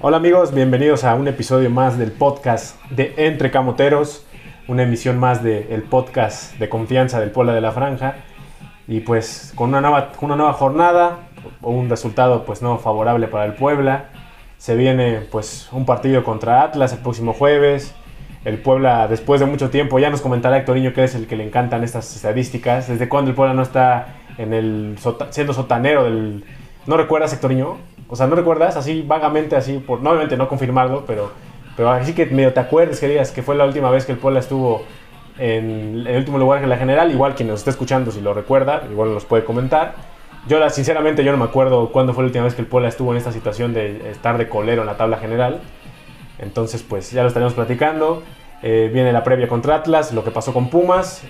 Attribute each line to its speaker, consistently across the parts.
Speaker 1: Hola amigos, bienvenidos a un episodio más del podcast de Entre Camoteros, una emisión más del podcast de confianza del Puebla de la Franja y pues con una nueva, una nueva jornada o un resultado pues no favorable para el Puebla. Se viene pues un partido contra Atlas el próximo jueves. El Puebla después de mucho tiempo, ya nos comentará Hectorinho que es el que le encantan estas estadísticas, desde cuándo el Puebla no está en el sota- siendo sotanero del ¿No recuerdas Hectorinho? O sea, ¿no recuerdas? Así vagamente, así, por, no, obviamente no confirmarlo, pero, pero así que medio te acuerdes que digas que fue la última vez que el Puebla estuvo en el último lugar en la general. Igual quien nos esté escuchando, si lo recuerda, igual nos puede comentar. Yo, la, sinceramente, yo no me acuerdo cuándo fue la última vez que el Puebla estuvo en esta situación de estar de colero en la tabla general. Entonces, pues ya lo estaremos platicando. Eh, viene la previa contra Atlas, lo que pasó con Pumas,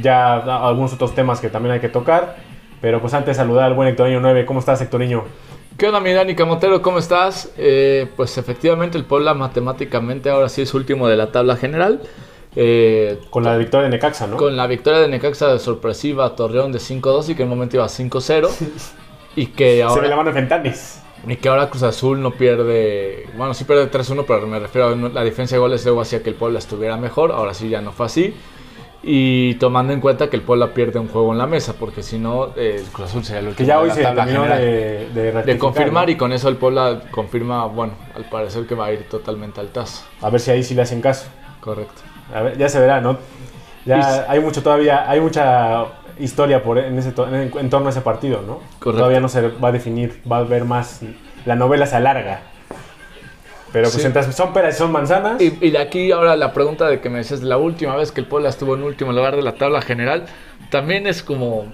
Speaker 1: ya a- algunos otros temas que también hay que tocar. Pero pues antes saludar al buen Hectorinho 9. ¿Cómo estás, Hectorinho?
Speaker 2: ¿Qué onda, mi Dani Camotero? ¿Cómo estás? Eh, pues efectivamente, el Puebla matemáticamente ahora sí es último de la tabla general. Eh,
Speaker 1: Con la victoria de Necaxa, ¿no?
Speaker 2: Con la victoria de Necaxa sorpresiva a Torreón de 5-2 y que en un momento iba 5-0. y, que
Speaker 1: Se ve la
Speaker 2: ahora,
Speaker 1: mano de Fentanes.
Speaker 2: y que ahora Cruz Azul no pierde. Bueno, sí pierde 3-1, pero me refiero a no- la diferencia de goles. Luego hacía que el Puebla estuviera mejor. Ahora sí ya no fue así. Y tomando en cuenta que el Puebla pierde un juego en la mesa, porque si no, eh, Cruz Azul sería el último
Speaker 1: Que ya
Speaker 2: de
Speaker 1: hoy
Speaker 2: la
Speaker 1: se
Speaker 2: tabla
Speaker 1: terminó
Speaker 2: general
Speaker 1: de, de
Speaker 2: de
Speaker 1: ratificar,
Speaker 2: confirmar
Speaker 1: ¿no?
Speaker 2: y con eso el Puebla confirma, bueno, al parecer que va a ir totalmente al TAS.
Speaker 1: A ver si ahí sí le hacen caso.
Speaker 2: Correcto.
Speaker 1: A ver, ya se verá, ¿no?
Speaker 2: Y s-
Speaker 1: Ya hay mucho todavía, hay mucha historia por en, ese to- en, en torno a ese partido, ¿no?
Speaker 2: Correcto.
Speaker 1: Todavía no se va a definir, va a haber más, la novela se alarga. Pero pues
Speaker 2: Sí.
Speaker 1: entonces son peras y son manzanas.
Speaker 2: Y, y de aquí ahora la pregunta de que me decías, la última vez que el Puebla estuvo en último lugar de la tabla general, también es como,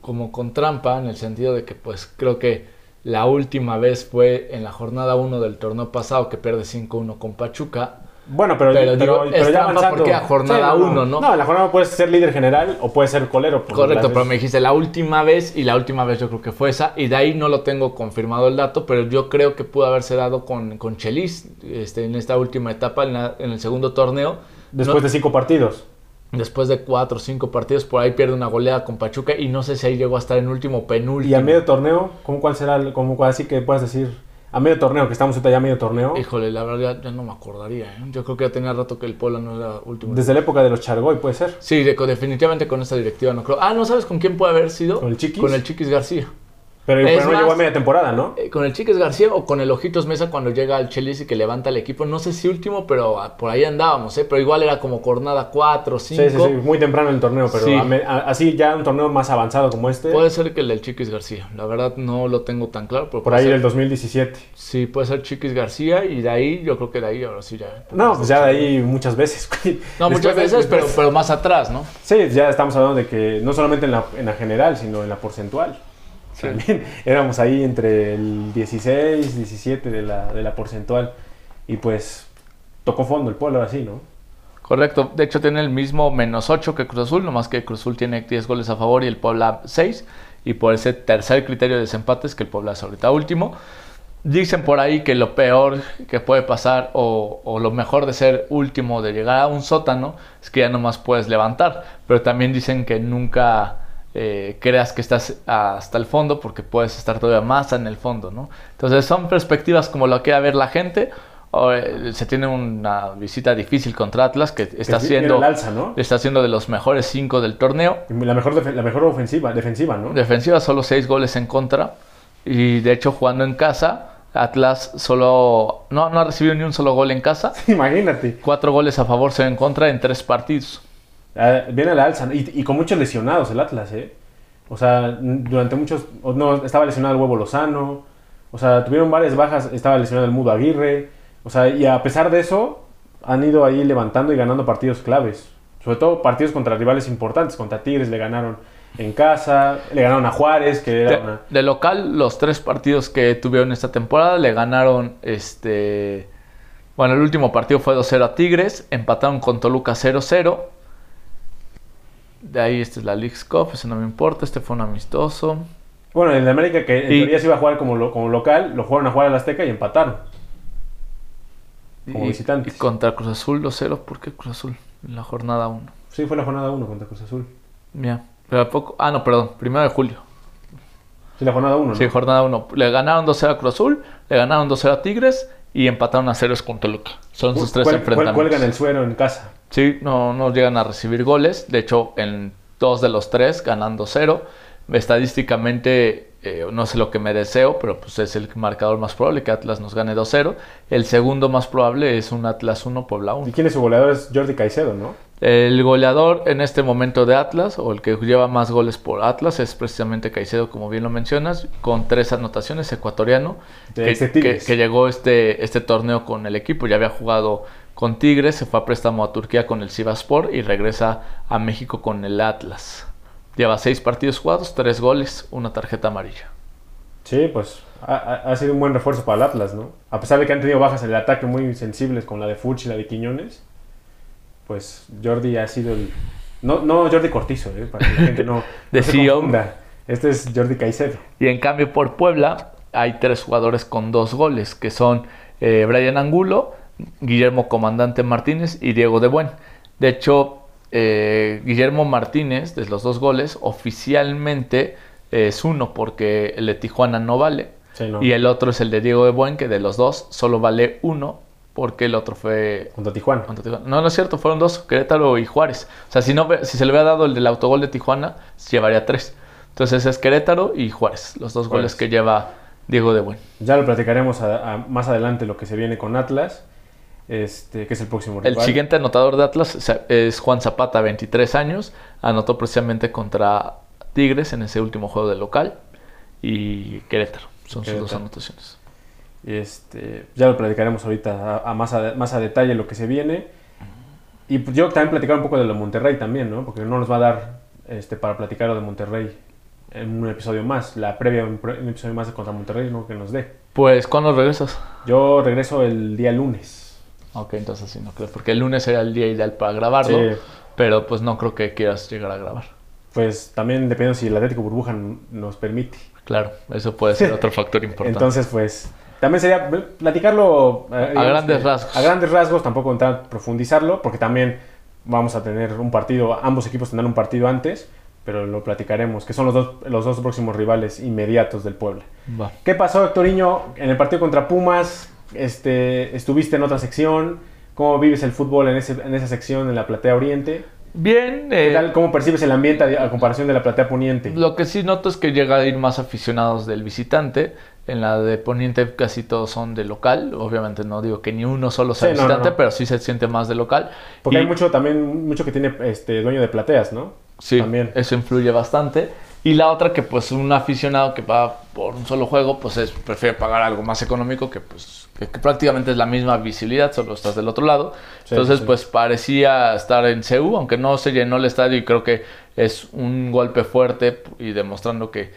Speaker 2: como con trampa en el sentido de que pues creo que la última vez fue en la jornada 1 del torneo pasado que pierde 5-1 con Pachuca.
Speaker 1: Bueno, pero,
Speaker 2: Pero digo, es
Speaker 1: ya
Speaker 2: trampa porque a jornada uno, ¿no?
Speaker 1: No, en la jornada puedes ser líder general o puedes ser colero. por
Speaker 2: Correcto,
Speaker 1: las
Speaker 2: pero
Speaker 1: veces.
Speaker 2: me dijiste la última vez y la última vez yo creo que fue esa y de ahí no lo tengo confirmado el dato, pero yo creo que pudo haberse dado con, con Chelis este, en esta última etapa, en, la- en el segundo torneo.
Speaker 1: Después de cinco partidos.
Speaker 2: No- después de cuatro o cinco partidos, por ahí pierde una goleada con Pachuca y no sé si ahí llegó a estar en último penúltimo.
Speaker 1: Y a medio torneo, ¿cómo cuál será? el- ¿Cómo cuál así que puedas decir? A medio torneo, que estamos ahorita ya a medio torneo.
Speaker 2: Híjole, la verdad ya no me acordaría. ¿eh? Yo creo que ya tenía rato que el Puebla no era último.
Speaker 1: Desde la época de los Chargoy, puede ser.
Speaker 2: Sí, de- definitivamente con esta directiva no creo. Ah, ¿no sabes con quién puede haber sido?
Speaker 1: ¿Con el Chiquis?
Speaker 2: Con el Chiquis García.
Speaker 1: Pero,
Speaker 2: Es
Speaker 1: pero no
Speaker 2: más-
Speaker 1: llegó a media temporada, ¿no?
Speaker 2: Eh, con el Chiques García o con el Ojitos Mesa cuando llega al Chelis y que levanta el equipo. No sé si último, pero ah, por ahí andábamos, ¿eh? Pero igual era como jornada 4, 5.
Speaker 1: Sí, sí, sí, muy temprano en el torneo, pero
Speaker 2: Sí.
Speaker 1: a me- a- así ya un torneo más avanzado como este,
Speaker 2: Puede ser que el del Chiquis García. La verdad no lo tengo tan claro. Pero
Speaker 1: por
Speaker 2: puede
Speaker 1: ahí
Speaker 2: ser-
Speaker 1: del 2017.
Speaker 2: Sí, puede ser Chiquis García y de ahí, yo creo que de ahí ahora sí ya.
Speaker 1: No, pues ya de ahí muchas veces. güey.
Speaker 2: No,
Speaker 1: Después
Speaker 2: muchas
Speaker 1: de-
Speaker 2: veces, pero,
Speaker 1: después-
Speaker 2: pero más atrás, ¿no?
Speaker 1: Sí, ya estamos hablando de que no solamente en la, en la general, sino en la porcentual. También éramos ahí entre el 16, 17 de la, de la porcentual. Y pues tocó fondo el pueblo ahora sí, ¿no?
Speaker 2: Correcto, de hecho tiene el mismo menos 8 que Cruz Azul, nomás que Cruz Azul tiene 10 goles a favor y el Puebla 6, y por ese tercer criterio de desempates que el Puebla es ahorita último. Dicen por ahí que lo peor que puede pasar o, o lo mejor de ser último, de llegar a un sótano, es que ya nomás puedes levantar, pero también dicen que nunca eh, creas que estás hasta el fondo porque puedes estar todavía más en el fondo, ¿no? Entonces son perspectivas como lo quiera ver la gente. O, eh, se tiene una visita difícil contra Atlas que está
Speaker 1: Que viene
Speaker 2: siendo
Speaker 1: al alza, ¿no?
Speaker 2: está siendo de los mejores cinco del torneo.
Speaker 1: Y La mejor, defe- la mejor ofensiva, defensiva, ¿no?
Speaker 2: Defensiva solo seis goles en contra y de hecho jugando en casa Atlas solo no no ha recibido ni un solo gol en casa.
Speaker 1: Imagínate.
Speaker 2: Cuatro goles a favor, cero en contra en tres partidos.
Speaker 1: Ah, Viene al alza. ¿no? Y, y con muchos lesionados el Atlas, ¿eh? O sea, n- durante muchos. o No, estaba lesionado el huevo Lozano. O sea, tuvieron varias bajas. Estaba lesionado el Mudo Aguirre. O sea, y a pesar de eso, han ido ahí levantando y ganando partidos claves. Sobre todo partidos contra rivales importantes. Contra Tigres le ganaron en casa. Le ganaron a Juárez, que era
Speaker 2: De,
Speaker 1: una.
Speaker 2: de local, los tres partidos que tuvieron esta temporada le ganaron este. Bueno, el último partido fue 2-0 a Tigres, empataron con Toluca 0-0. De ahí esta es la League's Cup, ese no me importa, este fue un amistoso.
Speaker 1: Bueno, en América, que en
Speaker 2: Y-
Speaker 1: teoría se iba a jugar como, lo- como local, lo jugaron a jugar al Azteca y empataron. Como
Speaker 2: y,
Speaker 1: visitantes.
Speaker 2: y contra Cruz Azul 2-0, ¿por qué Cruz Azul? En la jornada 1.
Speaker 1: Sí, fue la jornada 1 contra Cruz Azul.
Speaker 2: Mira, pero a poco. Ah, no, perdón, primero de julio.
Speaker 1: Sí, la jornada 1.
Speaker 2: Sí, jornada 1. Le ganaron 2-0 a Cruz Azul, le ganaron 2-0 a Tigres y empataron a ceros con Toluca. Son sus tres enfrentamientos.
Speaker 1: Cuelgan el suero en casa.
Speaker 2: Sí, no, no llegan a recibir goles. De hecho, en dos de los tres, ganando cero. Estadísticamente, eh, no sé lo que me deseo, pero pues es el marcador más probable que Atlas nos gane 2-0. El segundo más probable es un Atlas 1 Puebla 1.
Speaker 1: ¿Y quién es su goleador? Es Jordi Caicedo, ¿no?
Speaker 2: El goleador en este momento de Atlas, o el que lleva más goles por Atlas, es precisamente Caicedo, como bien lo mencionas, con tres anotaciones, ecuatoriano,
Speaker 1: De
Speaker 2: que,
Speaker 1: ese
Speaker 2: que,
Speaker 1: Tigres.
Speaker 2: que llegó este, este torneo con el equipo, ya había jugado con Tigres, se fue a préstamo a Turquía con el Sivaspor y regresa a México con el Atlas. Lleva seis partidos jugados, tres goles, una tarjeta amarilla.
Speaker 1: Sí, pues ha, ha- ha sido un buen refuerzo para el Atlas, ¿no? A pesar de que han tenido bajas en el ataque muy sensibles con la de Furch y la de Quiñones, pues Jordi ha sido el... No, no Jordi Cortizo, ¿eh? para que la gente no,
Speaker 2: De
Speaker 1: no se
Speaker 2: CEO.
Speaker 1: confunda. Este es Jordi Caicedo.
Speaker 2: Y en cambio por Puebla hay tres jugadores con dos goles, que son eh, Brian Angulo, Guillermo Comandante Martínez y Diego De Buen. De hecho, eh, Guillermo Martínez, de los dos goles, oficialmente eh, es uno, porque el de Tijuana no vale.
Speaker 1: Sí, ¿no?
Speaker 2: Y el otro es el de Diego De Buen, que de los dos solo vale uno, porque el otro fue
Speaker 1: Contra Tijuana.
Speaker 2: contra Tijuana. No, no es cierto, fueron dos, Querétaro y Juárez. O sea, si, no, ve- si se le hubiera dado el del autogol de Tijuana, se llevaría tres. Entonces es Querétaro y Juárez, los dos
Speaker 1: Juárez.
Speaker 2: goles que lleva Diego de Buen.
Speaker 1: Ya lo platicaremos a- a- más adelante lo que se viene con Atlas, este, que es el próximo
Speaker 2: El
Speaker 1: rival.
Speaker 2: siguiente anotador de Atlas es- es Juan Zapata, 23 años. Anotó precisamente contra Tigres en ese último juego del local y Querétaro. Son sus dos
Speaker 1: Querétaro.
Speaker 2: anotaciones.
Speaker 1: Este, ya lo platicaremos ahorita a, a más, a, más a detalle lo que se viene. Y pues, yo también platicar un poco de lo de Monterrey también, ¿no? Porque no nos va a dar este, para platicar lo de Monterrey en un episodio más. La previa, un, pre- un episodio más de contra Monterrey, no que nos dé.
Speaker 2: Pues, ¿cuándo regresas?
Speaker 1: Yo regreso el día lunes.
Speaker 2: Ok, entonces sí, no creo. Porque el lunes era el día ideal para grabarlo.
Speaker 1: Sí.
Speaker 2: Pero pues no creo que quieras llegar a grabar.
Speaker 1: Pues también dependiendo si el Atlético Burbuja n- nos permite.
Speaker 2: Claro, eso puede ser otro factor importante.
Speaker 1: Entonces, pues, también sería platicarlo eh, digamos
Speaker 2: grandes
Speaker 1: que-
Speaker 2: rasgos.
Speaker 1: A grandes rasgos, tampoco entrar profundizarlo, porque también vamos a tener un partido, ambos equipos tendrán un partido antes, pero lo platicaremos, que son los dos, los dos próximos rivales inmediatos del Puebla.
Speaker 2: Va.
Speaker 1: ¿Qué pasó, Hectorinho, en el partido contra Pumas? Este, estuviste en otra sección. ¿Cómo vives el fútbol en, ese- en esa sección, en la Platea Oriente?
Speaker 2: Bien,
Speaker 1: ¿Qué
Speaker 2: eh,
Speaker 1: tal- ¿Cómo percibes el ambiente a, a comparación de la Platea Poniente?
Speaker 2: lo que sí noto es que llega a ir más aficionados del visitante. En la de Poniente casi todos son de local. Obviamente no digo que ni uno solo sea
Speaker 1: Sí, no, no,
Speaker 2: visitante,
Speaker 1: no.
Speaker 2: pero sí se siente más de local.
Speaker 1: Porque
Speaker 2: Y-
Speaker 1: hay mucho también, mucho que tiene este dueño de plateas, ¿no?
Speaker 2: Sí,
Speaker 1: También.
Speaker 2: eso influye bastante. Y la otra que pues un aficionado que paga por un solo juego, pues es, prefiere pagar algo más económico que pues que, que prácticamente es la misma visibilidad, solo estás del otro lado.
Speaker 1: Sí,
Speaker 2: Entonces
Speaker 1: sí.
Speaker 2: pues parecía estar en CU, aunque no se llenó el estadio y creo que es un golpe fuerte y demostrando que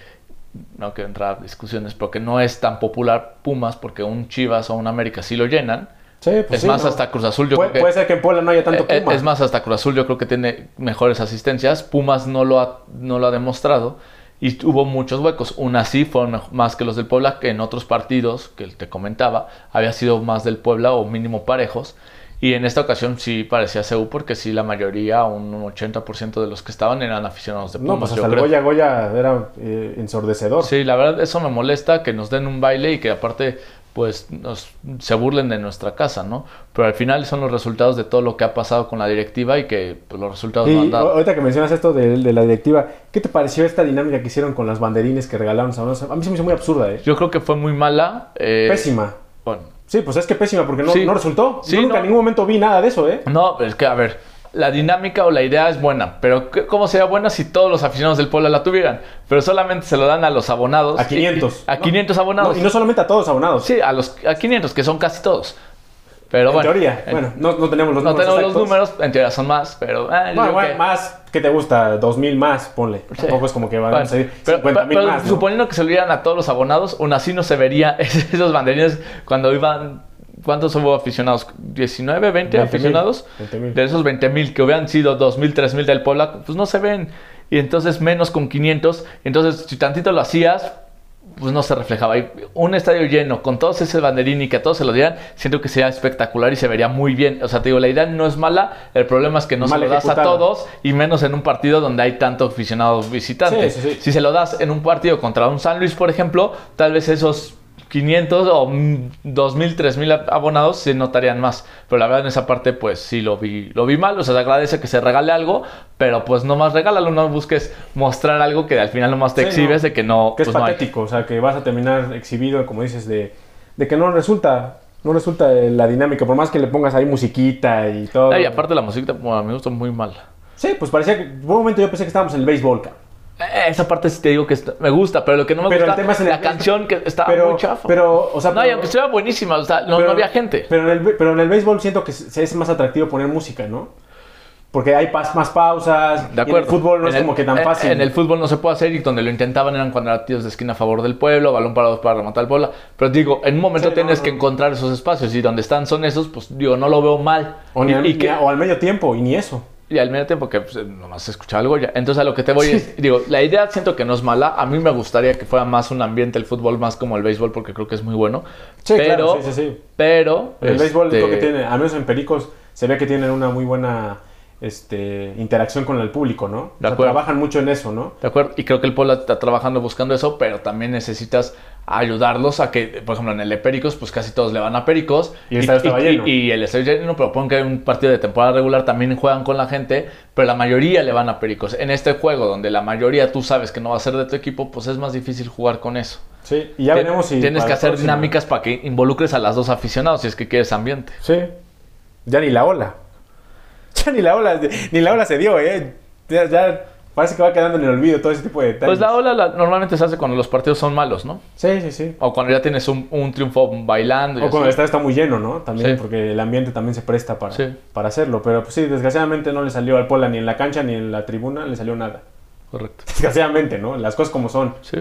Speaker 2: no quiero entrar a discusiones, pero que no es tan popular Pumas porque un Chivas o un América sí lo llenan.
Speaker 1: Sí, pues
Speaker 2: es
Speaker 1: sí,
Speaker 2: más
Speaker 1: ¿no?
Speaker 2: hasta Cruz Azul yo
Speaker 1: puede,
Speaker 2: creo que
Speaker 1: puede ser que en Puebla no haya tanto
Speaker 2: eh,
Speaker 1: Puma.
Speaker 2: Es más, hasta Cruz Azul yo creo que tiene mejores asistencias. Pumas no lo ha, no lo ha demostrado. Y hubo muchos huecos. Una sí fueron mej- más que los del Puebla, que en otros partidos que te comentaba, había sido más del Puebla o mínimo parejos. Y en esta ocasión sí parecía CU porque sí la mayoría, un 80% de los que estaban eran aficionados de Pumas.
Speaker 1: no, pues
Speaker 2: yo
Speaker 1: hasta el
Speaker 2: creo.
Speaker 1: Goya Goya era eh, ensordecedor.
Speaker 2: Sí, la verdad eso me molesta que nos den un baile y que aparte pues nos, se burlen de nuestra casa, ¿no? Pero al final son los resultados de todo lo que ha pasado con la directiva y que pues, los resultados no han
Speaker 1: Y a-
Speaker 2: dado.
Speaker 1: ahorita que mencionas esto de, de la directiva, ¿qué te pareció esta dinámica que hicieron con las banderines que regalaron? O sea, no sé, a mí se me hizo muy absurda, ¿eh?
Speaker 2: Yo creo que fue muy mala. eh,
Speaker 1: Pésima.
Speaker 2: bueno,
Speaker 1: Sí, pues es que pésima porque no,
Speaker 2: Sí.
Speaker 1: no resultó.
Speaker 2: Sí,
Speaker 1: Yo nunca
Speaker 2: no.
Speaker 1: en ningún momento vi nada de eso, ¿eh?
Speaker 2: no, es que a ver, la dinámica o la idea es buena, pero ¿qué- ¿cómo sería buena si todos los aficionados del pueblo la tuvieran? Pero solamente se lo dan a los abonados.
Speaker 1: A 500.
Speaker 2: Y- y- a
Speaker 1: No.
Speaker 2: 500 abonados.
Speaker 1: No, y no solamente a todos los abonados.
Speaker 2: Sí, a los a 500, que son casi todos. Pero
Speaker 1: en
Speaker 2: bueno.
Speaker 1: teoría.
Speaker 2: en-
Speaker 1: bueno, no, no tenemos los
Speaker 2: No
Speaker 1: números.
Speaker 2: tenemos los
Speaker 1: exactos.
Speaker 2: números, en teoría son más, pero... ah, yo
Speaker 1: Bueno,
Speaker 2: creo
Speaker 1: bueno,
Speaker 2: que-
Speaker 1: más, ¿qué te gusta? 2000 más, ponle.
Speaker 2: Sí.
Speaker 1: Tampoco es como que van a
Speaker 2: Bueno,
Speaker 1: salir
Speaker 2: pero,
Speaker 1: 50
Speaker 2: pero- pero
Speaker 1: más. ¿no?
Speaker 2: Suponiendo que se lo dieran a todos los abonados, aún así no se vería es- esos banderines cuando iban. ¿Cuántos hubo aficionados? ¿19, 20,
Speaker 1: 20,000,
Speaker 2: aficionados?
Speaker 1: 20,000.
Speaker 2: De esos 20 mil que hubieran sido 2 mil, 3 mil del Puebla, pues no se ven. Y entonces menos con 500. Entonces, si tantito lo hacías, pues no se reflejaba. Y un estadio lleno, con todos ese banderín y que a todos se lo dieran, siento que sería espectacular y se vería muy bien. O sea, te digo, la idea no es mala, el problema es que no
Speaker 1: Mal
Speaker 2: se lo das
Speaker 1: ejecutada.
Speaker 2: a todos y menos en un partido donde hay tantos aficionados visitantes.
Speaker 1: Sí, sí, sí.
Speaker 2: Si se lo das en un partido contra un San Luis, por ejemplo, tal vez esos 500 o mm, 2000, 3000 ab- abonados se notarían más. Pero la verdad en esa parte pues sí lo vi, lo vi mal, o sea, te agradece que se regale algo, pero pues no más regálalo, no busques mostrar algo que al final nomás te
Speaker 1: Sí,
Speaker 2: exhibes
Speaker 1: no.
Speaker 2: de que no
Speaker 1: Que es
Speaker 2: pues, no hay.
Speaker 1: patético, o sea, que vas a terminar exhibido, como dices, de, de que no resulta, no resulta eh, la dinámica, por más que le pongas ahí musiquita y todo.
Speaker 2: Ay, aparte la musiquita, bueno, me gustó muy mal.
Speaker 1: Sí, pues parecía que, por un momento yo pensé que estábamos en el béisbol, cabrón.
Speaker 2: Eh, Esa parte sí te digo que está- me gusta, pero lo que no me
Speaker 1: Pero
Speaker 2: gusta
Speaker 1: el tema es en
Speaker 2: la
Speaker 1: el-
Speaker 2: canción que estaba
Speaker 1: pero-
Speaker 2: muy chafa.
Speaker 1: pero, o sea,
Speaker 2: no, y
Speaker 1: pero-
Speaker 2: aunque estuviera buenísima, o sea, no, no había gente.
Speaker 1: Pero en, el, be- pero en el béisbol siento que se- es más atractivo poner música, ¿no? Porque hay pas- más pausas. y
Speaker 2: De acuerdo.
Speaker 1: en el fútbol no
Speaker 2: En
Speaker 1: es
Speaker 2: el-
Speaker 1: como que tan
Speaker 2: en-
Speaker 1: fácil.
Speaker 2: En el fútbol no se puede hacer y donde lo intentaban eran cuando eran tiros de esquina a favor del pueblo, balón parado para rematar bola. Pero digo, en un momento
Speaker 1: Sí, no,
Speaker 2: tienes
Speaker 1: no.
Speaker 2: que encontrar esos espacios y donde están son esos, pues digo, no lo veo mal.
Speaker 1: o, ni
Speaker 2: y,
Speaker 1: al,
Speaker 2: y que-
Speaker 1: ni a- o al medio tiempo, y ni eso.
Speaker 2: y al medio tiempo que pues, nomás se escuchaba algo ya. Entonces a lo que te voy es, digo, la idea siento que no es mala. A mí me gustaría que fuera más un ambiente el fútbol, más como el béisbol, porque creo que es muy bueno.
Speaker 1: Sí,
Speaker 2: pero,
Speaker 1: claro, sí, sí, sí.
Speaker 2: Pero...
Speaker 1: En el béisbol creo
Speaker 2: este,
Speaker 1: que tiene, al menos en Pericos, se ve que tienen una muy buena este, interacción con el público, ¿no?
Speaker 2: De acuerdo.
Speaker 1: trabajan mucho en eso, ¿no?
Speaker 2: De acuerdo, y creo que el Puebla está trabajando buscando eso, pero también necesitas ayudarlos a que, por ejemplo, en el de Pericos, pues casi todos le van a Pericos.
Speaker 1: Y el estadio estaba lleno.
Speaker 2: y el estadio lleno, pero pon que en un partido de temporada regular también juegan con la gente, pero la mayoría le van a Pericos. En este juego, donde la mayoría tú sabes que no va a ser de tu equipo, pues es más difícil jugar con eso.
Speaker 1: Sí, y ya
Speaker 2: Te-
Speaker 1: veremos si.
Speaker 2: Tienes
Speaker 1: para
Speaker 2: que
Speaker 1: la
Speaker 2: hacer
Speaker 1: próxima-
Speaker 2: dinámicas para que involucres a las dos aficionados, si es que quieres ambiente.
Speaker 1: Sí. Ya ni la ola. Ya ni la ola, ni la ola se dio, ¿eh? Ya, ya parece que va quedando en el olvido todo ese tipo de detalles.
Speaker 2: Pues la ola la- normalmente se hace cuando los partidos son malos, ¿no?
Speaker 1: Sí, sí, sí.
Speaker 2: O cuando ya tienes un, un triunfo bailando. y
Speaker 1: O cuando
Speaker 2: así.
Speaker 1: el estadio está muy lleno, ¿no? También,
Speaker 2: Sí.
Speaker 1: porque el ambiente también se presta para,
Speaker 2: Sí.
Speaker 1: para hacerlo. Pero pues sí, desgraciadamente no le salió al Pola ni en la cancha ni en la tribuna, le salió nada.
Speaker 2: Correcto.
Speaker 1: Desgraciadamente, ¿no? Las cosas como son.
Speaker 2: Sí.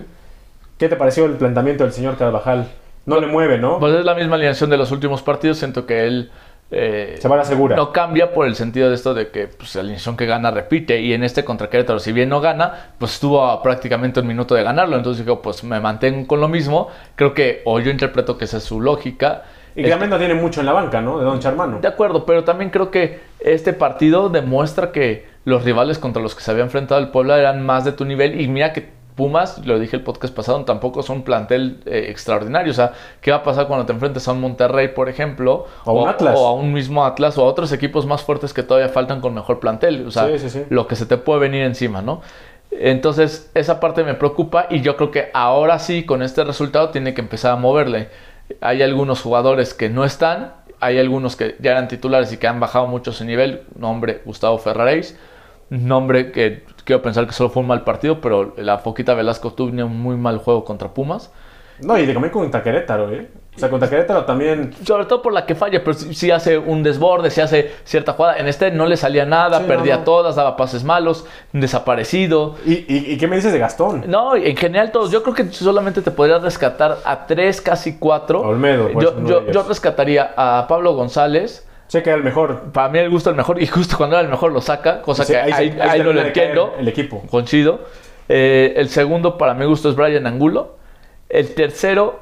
Speaker 1: ¿Qué te pareció el planteamiento del señor Carvajal? No le mueve, ¿no?
Speaker 2: Pues es la misma alineación de los últimos partidos. Siento que él eh,
Speaker 1: Se va a la segura.
Speaker 2: no cambia por el sentido de esto de que pues, la alineación que gana repite. Y en este contra Querétaro, si bien no gana, pues estuvo a prácticamente un minuto de ganarlo. Entonces digo, pues me mantengo con lo mismo. Creo que, o yo interpreto que esa es su lógica.
Speaker 1: y que también no tiene mucho en la banca, ¿no? De Don Charmano.
Speaker 2: De acuerdo, pero también creo que este partido demuestra que los rivales contra los que se había enfrentado el Puebla eran más de tu nivel. Y mira que Pumas, lo dije el podcast pasado, tampoco es un plantel eh, extraordinario. O sea, ¿qué va a pasar cuando te enfrentes a un Monterrey, por ejemplo?
Speaker 1: O a un Atlas.
Speaker 2: o a un mismo Atlas o a otros equipos más fuertes que todavía faltan con mejor plantel. O sea,
Speaker 1: Sí, sí, sí.
Speaker 2: lo que se te puede venir encima, ¿no? Entonces, esa parte me preocupa y yo creo que ahora sí, con este resultado, tiene que empezar a moverle. Hay algunos jugadores que no están, hay algunos que ya eran titulares y que han bajado mucho su nivel. Nombre Gustavo Ferraréis, nombre que quiero pensar que solo fue un mal partido, pero la Foquita Velasco tuvo un muy mal juego contra Pumas.
Speaker 1: No, y de comer contra Querétaro, ¿eh? O sea, contra Querétaro también.
Speaker 2: Sobre todo por la que falla, pero si hace un desborde, si hace cierta jugada. En este no le salía nada,
Speaker 1: Sí,
Speaker 2: perdía
Speaker 1: no, no.
Speaker 2: todas, daba pases malos, desaparecido.
Speaker 1: ¿Y, y, y qué me dices de Gastón?
Speaker 2: No, en general todos. Yo creo que solamente te podría rescatar a tres, casi cuatro.
Speaker 1: Olmedo, pues,
Speaker 2: yo,
Speaker 1: uno
Speaker 2: yo-
Speaker 1: de ellos.
Speaker 2: yo rescataría a Pablo González.
Speaker 1: Sé que era el mejor.
Speaker 2: Para mí el gusto el mejor y justo cuando era el mejor lo saca, cosa
Speaker 1: Sí,
Speaker 2: que
Speaker 1: ahí
Speaker 2: ahí,
Speaker 1: se- ahí se
Speaker 2: ahí no
Speaker 1: termina
Speaker 2: lo
Speaker 1: de caer
Speaker 2: entiendo.
Speaker 1: el equipo.
Speaker 2: Coincido. Eh, el segundo para mi gusto es Brian Angulo. El tercero